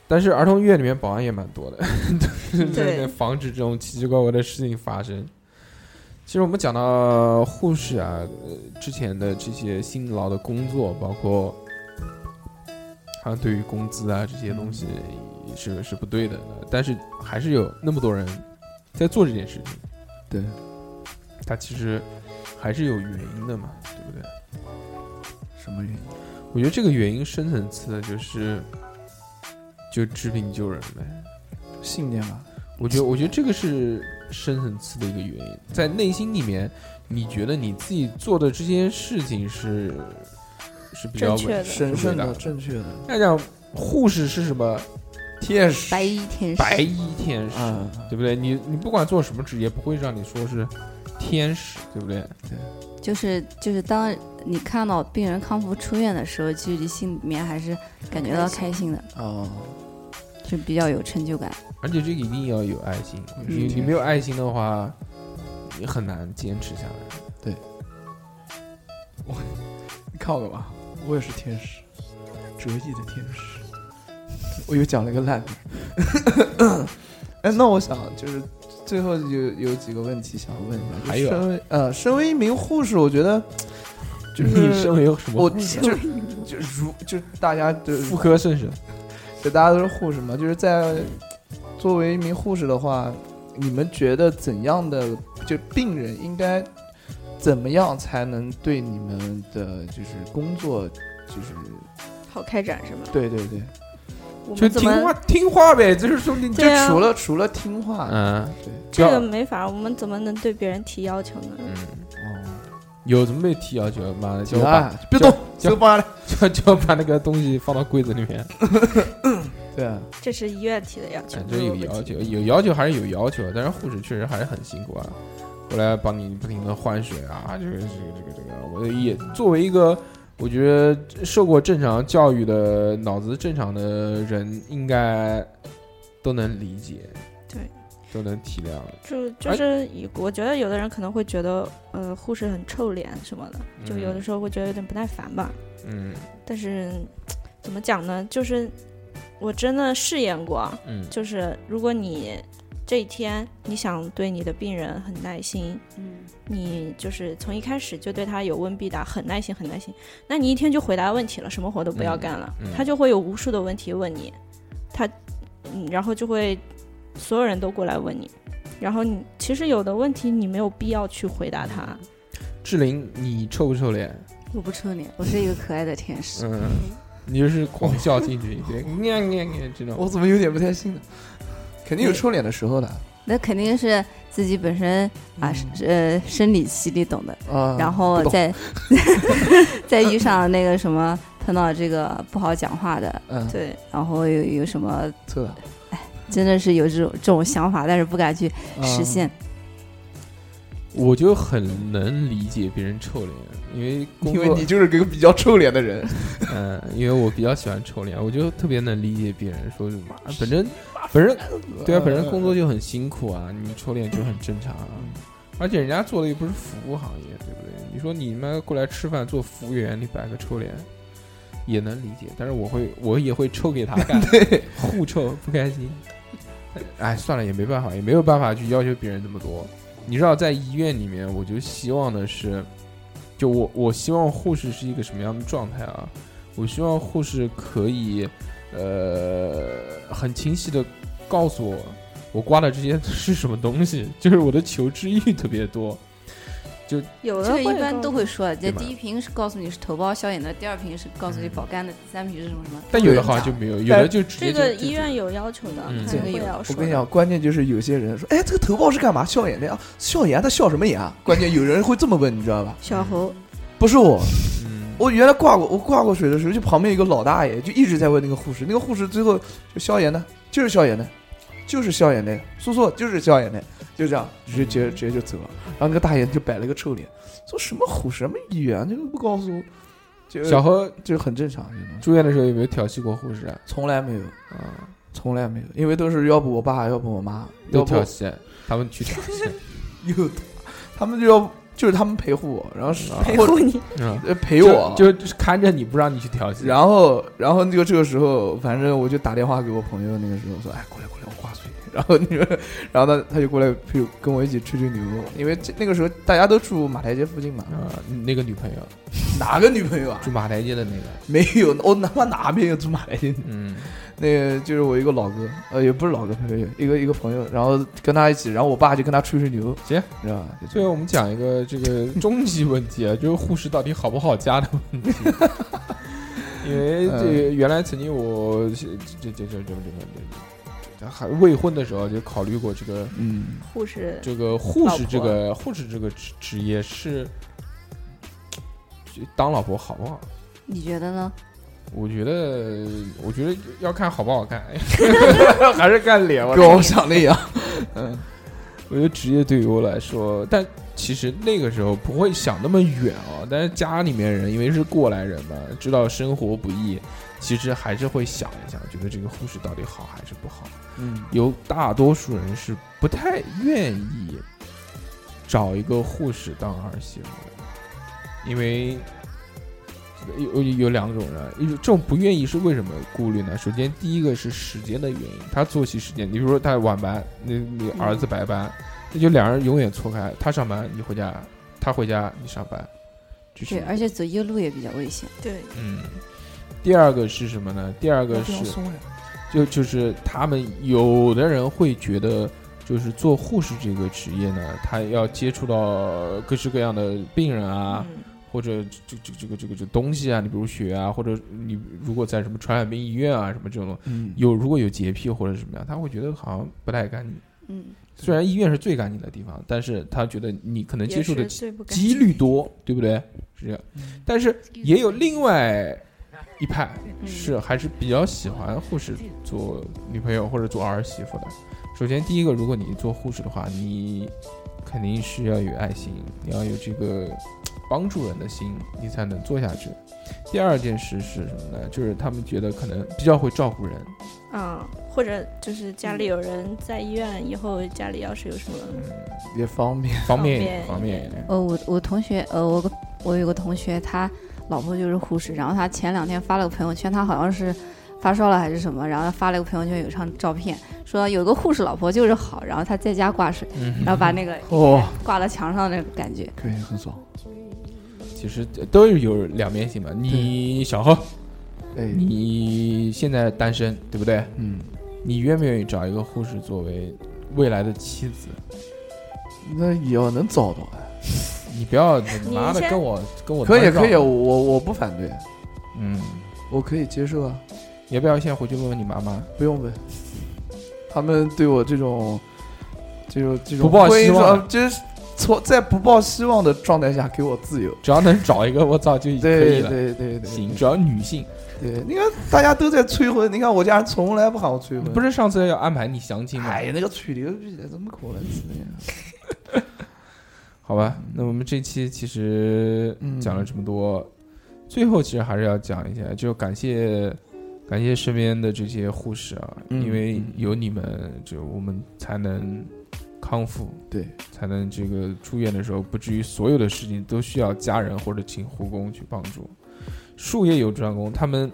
但是儿童医院里面保安也蛮多的， <laughs> 就是在那
对
防止这种奇奇怪怪的事情发生。其实我们讲到护士啊，呃，之前的这些辛劳的工作，包括好像对于工资啊这些东西是是不对的，但是还是有那么多人在做这件事情。
对，
它其实还是有原因的嘛，对不对？
什么原因？
我觉得这个原因深层次的就是就治病救人呗。
信念吧，
我觉得，我觉得这个是深层次的一个原因，在内心里面，你觉得你自己做的这件事情是是比较
正确的
神
圣
圣
的
的、正确的，
那讲护士是什么？
天使
<laughs> 白衣天使，
白衣天
嗯
使，
啊，
对不对？你你不管做什么职业，不会让你说是天使，对不对？
就是就是当你看到病人康复出院的时候，其实你心里面还是感觉到开心的。
哦，
就比较有成就感。
而且这个一定要有爱心，
嗯
你你没有爱心的话，你很难坚持下来。
对，
你看我干嘛？
我也是天使，折翼的天使。我又讲了一个烂的，
<laughs> 哎，那我想就是最后有有几个问题想问一下，就
还有啊
身为呃，身为一名护士，我觉得就是
你身为什么
我
护士
就就如就大家就
妇科圣手，
就大家都是护士嘛，就是在作为一名护士的话，你们觉得怎样的就病人应该怎么样才能对你们的就是工作就是
好开展是吗？
对对对，
我
就
们怎
听话
么
听话呗，就是说你
就
对啊
除了除了听话，
嗯，
对，
不
这
要
个没法，我们怎么能对别人提要求呢？
嗯，有什么被提要求？妈的，叫
哦行
我把
啊，别动，
叫
手放下来。
叫叫我把那个东西放到柜子里
<laughs>
面。
对啊，
这是医院提的要求
哎，
不
这
是
有
我们
要
提
求，有要求还是有要求，但是护士确实还是很辛苦啊。过来帮你不停的换水啊，这个这个这个这个，我也作为一个我觉得受过正常教育的脑子正常的人，应该都能理解，
对，
都能体谅。
就
哎
就是以，我觉得有的人可能会觉得，呃，护士很臭脸什么的，就有的时候会觉得有点不耐烦吧。
嗯
但是怎么讲呢？就是我真的试验过，啊
嗯
就是如果你这一天你想对你的病人很耐心，
嗯，
你就是从一开始就对他有问必答，很耐心很耐心，那你一天就回答问题了，什么活都不要干了，
嗯嗯
他就会有无数的问题问你，他嗯，然后就会所有人都过来问你。然后你其实有的问题你没有必要去回答他，
志玲，你臭不臭脸？
我不臭脸，我是一个可爱的天使。
嗯，你就是狂笑进去，对，nha <laughs> nha nha 这种。
我怎么有点不太信呢？肯定有臭脸的时候的
那肯定是自己本身啊，是呃，生理期里嗯懂的，
啊。
然后
不懂
<laughs> 再再遇上那个什么，碰到这个不好讲话的，
嗯，
对，
然后有有什么，
错了，
真的是有这种这种想法，但是不敢去
嗯
实现。
我就很能理解别人臭脸，因为工
嗯。因
作
为你就是个比较臭脸的人，
嗯，因为我比较喜欢臭脸，我就特别能理解别人说什么，啊本身本身对啊，
嗯
本身工作就很辛苦啊，你臭脸就很正常啊。而且人家做的又不是服务行业，对不对？你说你妈过来吃饭做服务员，你摆个臭脸也能理解，但是我会我也会臭给他看，互臭不开心。哎，算了，也没办法，也没有办法去要求别人这么多。你知道，在医院里面，我就希望的是，就我我希望护士是一个什么样的状态啊？我希望护士可以，呃，很清晰的告诉我，我刮的这些是什么东西，就是我的求知欲特别多。
有
这
的
个一般都会说，这
对吧嗯
第一瓶是告诉你是头孢消炎的，第二瓶是告诉你保肝的，第三瓶是什么什么。
但有的好像就没有，有的就直接
这
就
个
就
医院有要求的，
嗯
他
这个
会
有
要
我
说
跟你
的。
讲，关键就是有些人说，哎，这个头孢是干嘛？笑眼的呀，笑眼啊，他笑什么眼啊？关键有人会这么问，你知道吧？
小猴，
不是我，
嗯，
我原来挂过，我挂过水的时候，就旁边有一个老大爷，就一直在问那个护士，那个护士最后就消炎的，就是消炎的，就是消炎的，叔叔就是消炎的，就这样，直接直接直接就走了。然后那个大爷就摆了个臭脸，说什么护士什么医院，啊你都不告诉我，就
呃小何
就很正常，这种东西
住院的时候有没有调戏过护士啊？
从来没有，
啊，
从来没有，因为都是要不我爸，要不我妈，要
都
不
调戏，他们去调 <laughs> 戏，
又，他们就要就是他们陪护我，然后是
啊
陪护你，
嗯，
呃陪我，
就就看着你不让你去调戏，
然后，然后那个这个时候，反正我就打电话给我朋友，那个时候说，哎，过来过来，我挂水。然后那个， <laughs> 然后他他就过来陪我跟我一起吹吹牛，因为这那个时候大家都住马台街附近嘛。
啊，你那个女朋友
哪个女朋友啊？
住马台街的那个，
没有，我他妈哪边有住马台街？
嗯，
那个就是我一个老哥，呃，也不是老哥，朋友，一个一个朋友，然后跟他一起，然后我爸就跟他吹吹牛，
行，
你知道吧？就这
最
样
后我们讲一个这个终极问题啊，就是护士到底好不好加的问 <laughs> 题。因为这个原来曾经我这这这这这这这这还未婚的时候就考虑过这个
嗯，
护士
这个护士这个护士这个职职业是就当老婆好不好？
你觉得呢？
我觉得我觉得要看好不好看， <laughs> 还是看脸吧。
跟我想的一样，
我觉得职业对于我来说，但其实那个时候不会想那么远哦，但是家里面人因为是过来人嘛，知道生活不易，其实还是会想一想，觉得这个护士到底好还是不好。
嗯，
有大多数人是不太愿意找一个护士当儿媳妇的，因为有有有两种人，一种这种不愿意是为什么顾虑呢？首先，第一个是时间的原因，他作息时间，你比如说他晚班，你你儿子白班，那就两人永远错开，他上班你回家，他回家你上班，就是
对，而且走夜路也比较危险。
对，
嗯，第二个是什么呢？第二个
不
是
要松呀，
就就是他们有的人会觉得，就是做护士这个职业呢，他要接触到各式各样的病人啊，
嗯
或者这这这个这个这东西啊，你比如血啊，或者你如果在什么传染病医院啊什么这种
嗯，
有如果有洁癖或者什么样，他会觉得好像不太干净。
嗯，
虽然医院是最干净的地方，但是他觉得你可能接
也
触的
是最不干
几
净
率多，对不对？是这样，
嗯
但是也有另外一派
嗯
是啊还是比较喜欢护士做女朋友或者做儿媳妇的。首先，第一个，如果你做护士的话，你肯定是要有爱心，你要有这个帮助人的心，你才能做下去。第二件事是什么呢？就是他们觉得可能比较会照顾人，
啊，或者就是家里有人在医院，以后家里要是有什么，
也方便。
方
便
便一点，
一
方便一
点
点。
呃，我我同学，呃，我个我有个同学，他老婆就是护士，然后他前两天发了个朋友圈，他好像是发烧了还是什么，然后他发了个朋友圈，有张照片，说有个护士老婆就是好，然后他在家挂水，
嗯，
然后把那个
哦，
挂到墙上那种感觉，
可以很爽。
其实都是有两面性嘛。你小何，
哎，
你现在单身，对不对？
嗯，
你愿不愿意找一个护士作为未来的妻子？
那也要能找到啊，
你不要你
你
妈的
先
跟我跟我
可以
团长
可以，我我不反对，
嗯，
我可以接受啊，
要不要先回去问问你妈妈？
不用问。他们对我这种，这种这种
不抱
婚姻
希望
状，
就是从在不抱希望的状态下给我自由。
只要能找一个，我操就可以
对
了。
对对对，
行，只要女性，
对，
你看大家都在催婚，你看我家人从来不喊我催婚，
不是上次要安排你相亲吗？
哎呀，那个吹牛逼的，怎么可能是这样？
好吧，那我们这期其实
嗯
讲了这么多，最后其实还是要讲一下，就感谢感谢身边的这些护士啊，
嗯
因为
嗯
有你们，就我们才能康复，
对，
才能这个住院的时候不至于所有的事情都需要家人或者请护工去帮助。术业有专攻，他们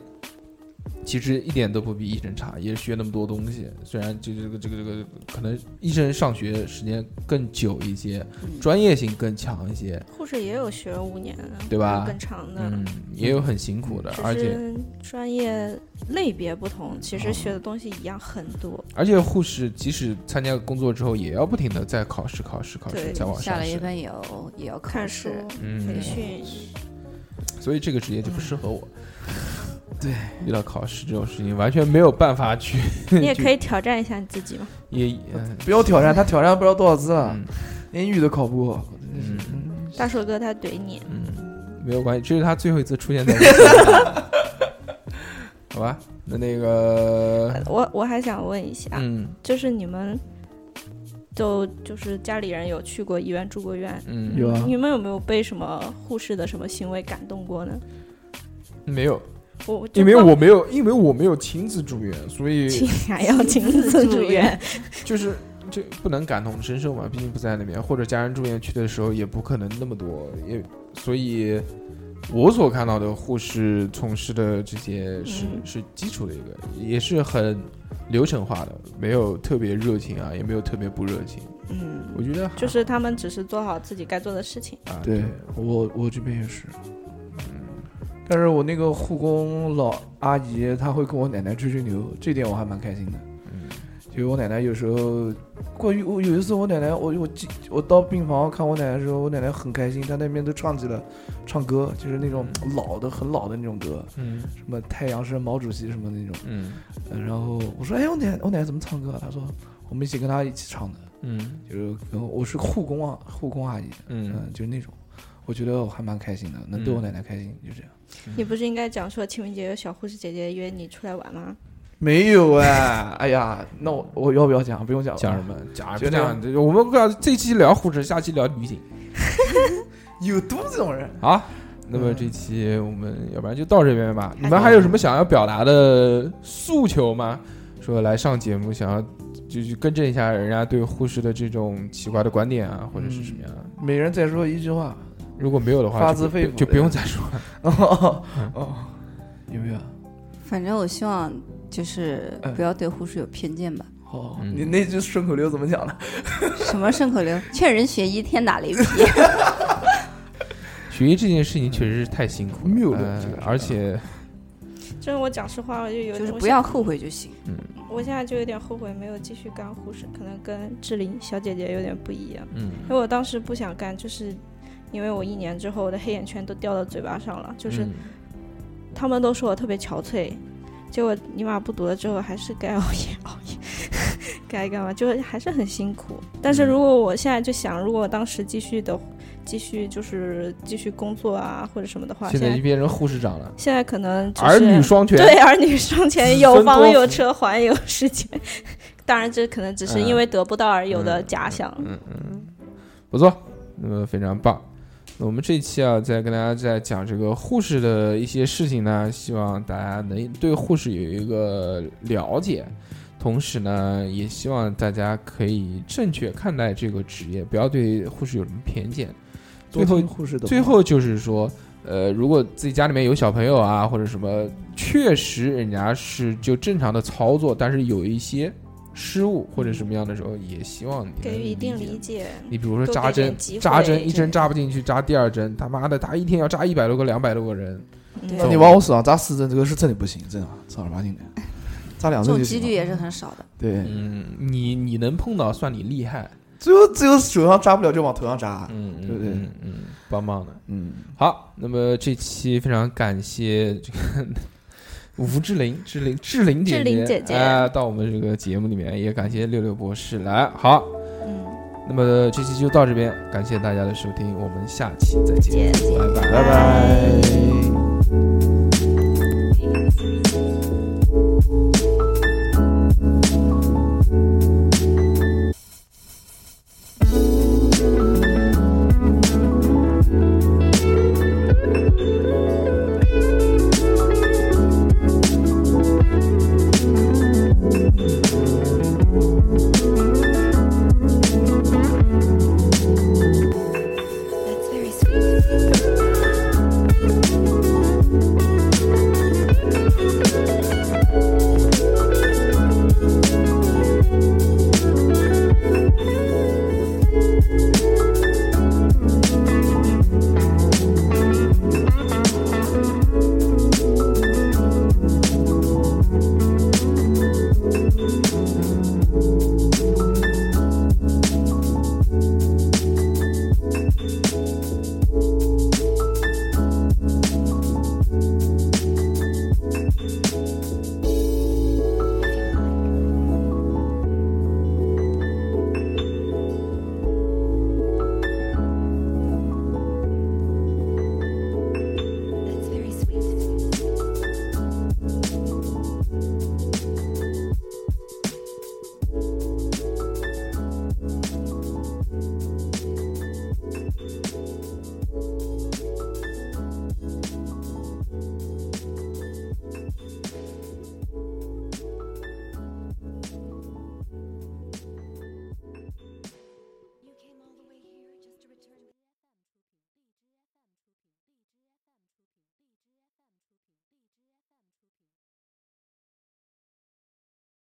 其实一点都不比医生差，也学那么多东西。虽然这这个这个这个可能医生上学时间更久一些，专业性更强一些，
护士也有学五年的，
对吧
还有更长的，
嗯，也有很辛苦的，而
只
且
是专业类别不同，其实学的东西一样很多。
而且护士即使参加工作之后，也要不停的再考试、考试、考试，
对
再
哦
往
下
上
了一
升。
班也要也要考
看书
试，、
嗯 <laughs>
培，训，
所以这个职业就不适合我。对，嗯遇到考试这种事情，完全没有办法 <laughs> 去，
你也可以挑战一下你自己嘛。
也嗯
不要挑战，他挑战不知道多少次了，
嗯
连英语都考不过。
嗯
大硕哥他怼你，
嗯，没有关系，这是他最后一次出现 <laughs> 在这里，好吧？那那
<laughs>
个，
我我还想问一下，
嗯
就是你们都就是家里人有去过医院住过院，
嗯，
有啊，
你们有没有被什么护士的什么行为感动过呢？
没有？
我就
因为
光
我没有，因为我没有亲自住院，所以
亲还要亲自住院，
就是这不能感同身受嘛，毕竟不在那边，或者家人住院去的时候也不可能那么多，也所以，我所看到的护士从事的这些是、
嗯
是基础的一个，也是很流程化的，没有特别热情啊，也没有特别不热情，
嗯，
我觉得还
就是他们只是做好自己该做的事情。
啊，
对我我这边也是，
但是我那个
护工老阿姨她会跟我奶奶吹吹牛，这点我还蛮开心的。
嗯
就是我奶奶有时候，关于我有一次我奶奶，我我记我到病房看我奶奶的时候，我奶奶很开心，她那边都唱起了唱歌，就是那种老的很老的那种歌，
嗯
什么太阳升毛主席什么那种。
嗯
嗯然后我说，哎，我奶我奶奶怎么唱歌啊？她说我们一起跟她一起唱的，
嗯
就是跟我是护工啊，护工阿姨，
嗯，
嗯，就是嗯那种，我觉得我还蛮开心的，能逗我奶奶开心，就这样。
嗯
你不是应该讲说清明节有小护士姐姐约你出来玩吗？
没有 <laughs> 哎，哎呀，那我我要不要讲？不用讲了，啊
讲什么讲
就
不
这样
讲？我们不要这期聊护士，下期聊女警，
有毒这种人。
好，
嗯
那么这期我们要不然就到这边吧。你们还有什么想要表达的诉求吗？说来上节目，想要就去更正一下人家对护士的这种奇怪的观点啊，或者是什么样的？
每人再说一句话，
如果没有的话，
嗯发
就
自
不
肺腑
就
的
不用再说了。
哦 <laughs> 哦，有没有？
反正我希望就是
嗯
不要对护士有偏见吧。
哦，
嗯
你那句顺口溜怎么讲的？
什么顺口溜？劝人学医，天打雷
<laughs>
劈。
学医这件事情确实是太辛苦
谬
了，
论
呃
这个是
而且
就是我讲实话，我就有
就是
我
不
现
要后悔就行。
我现在就有点后悔没有继续干护士，可能跟志玲小姐姐有点不一样，
嗯，
因为我当时不想干，就是因为我一年之后我的黑眼圈都掉到嘴巴上了，就是
嗯
他们都说我特别憔悴，结果尼玛不读了之后还是该熬夜 <laughs> 熬夜，该干嘛就是还是很辛苦。但
嗯
是如果我现在就想，如果我当时继续的继续就是继续工作啊或者什么的话，现
现在就
在
变成护士长了，
现在可能就是
儿女双全。
对，儿女双全，
子
有
孙多
房
福
有车，环游世界。当然，这可能只
嗯
是因为得不到而有的假想。
不错，那么非常棒。那我们这一期啊，再跟大家再讲这个护士的一些事情呢，希望大家能对护士有一个了解，同时呢，也希望大家可以正确看待这个职业，不要对护士有什么偏见。最后
多听护士的话
最后就是说，呃，如果自己家里面有小朋友啊，或者什么，确实人家是就正常的操作，但是有一些失误或者什么样的时候，也希望你
给予
能
一定
理解
理解，
你比如说
多
扎
给点
针
机，会
扎针一
这
针扎不进去，扎第二针，他妈的，他一天要扎一百多个、两百多个人，
对
那
总
你往我手上扎四针，这个是真的不行，真的正儿八经的，扎两
哎这
针就
种几
行
率
了。
也是很少的。
对，
嗯，你你能碰到算你厉害，
最后最后手上扎不了就往头上扎。
嗯，
对不对
嗯嗯，棒棒的。
嗯，
好，那么这期非常感谢这个 <laughs> 吴志玲、志玲、志玲姐
志玲姐姐
啊、到我们这个节目里面，也感谢六六博士来。好，
嗯，
那么这期就到这边，感谢大家的收听，我们下期再见，
姐姐
拜拜。
拜拜。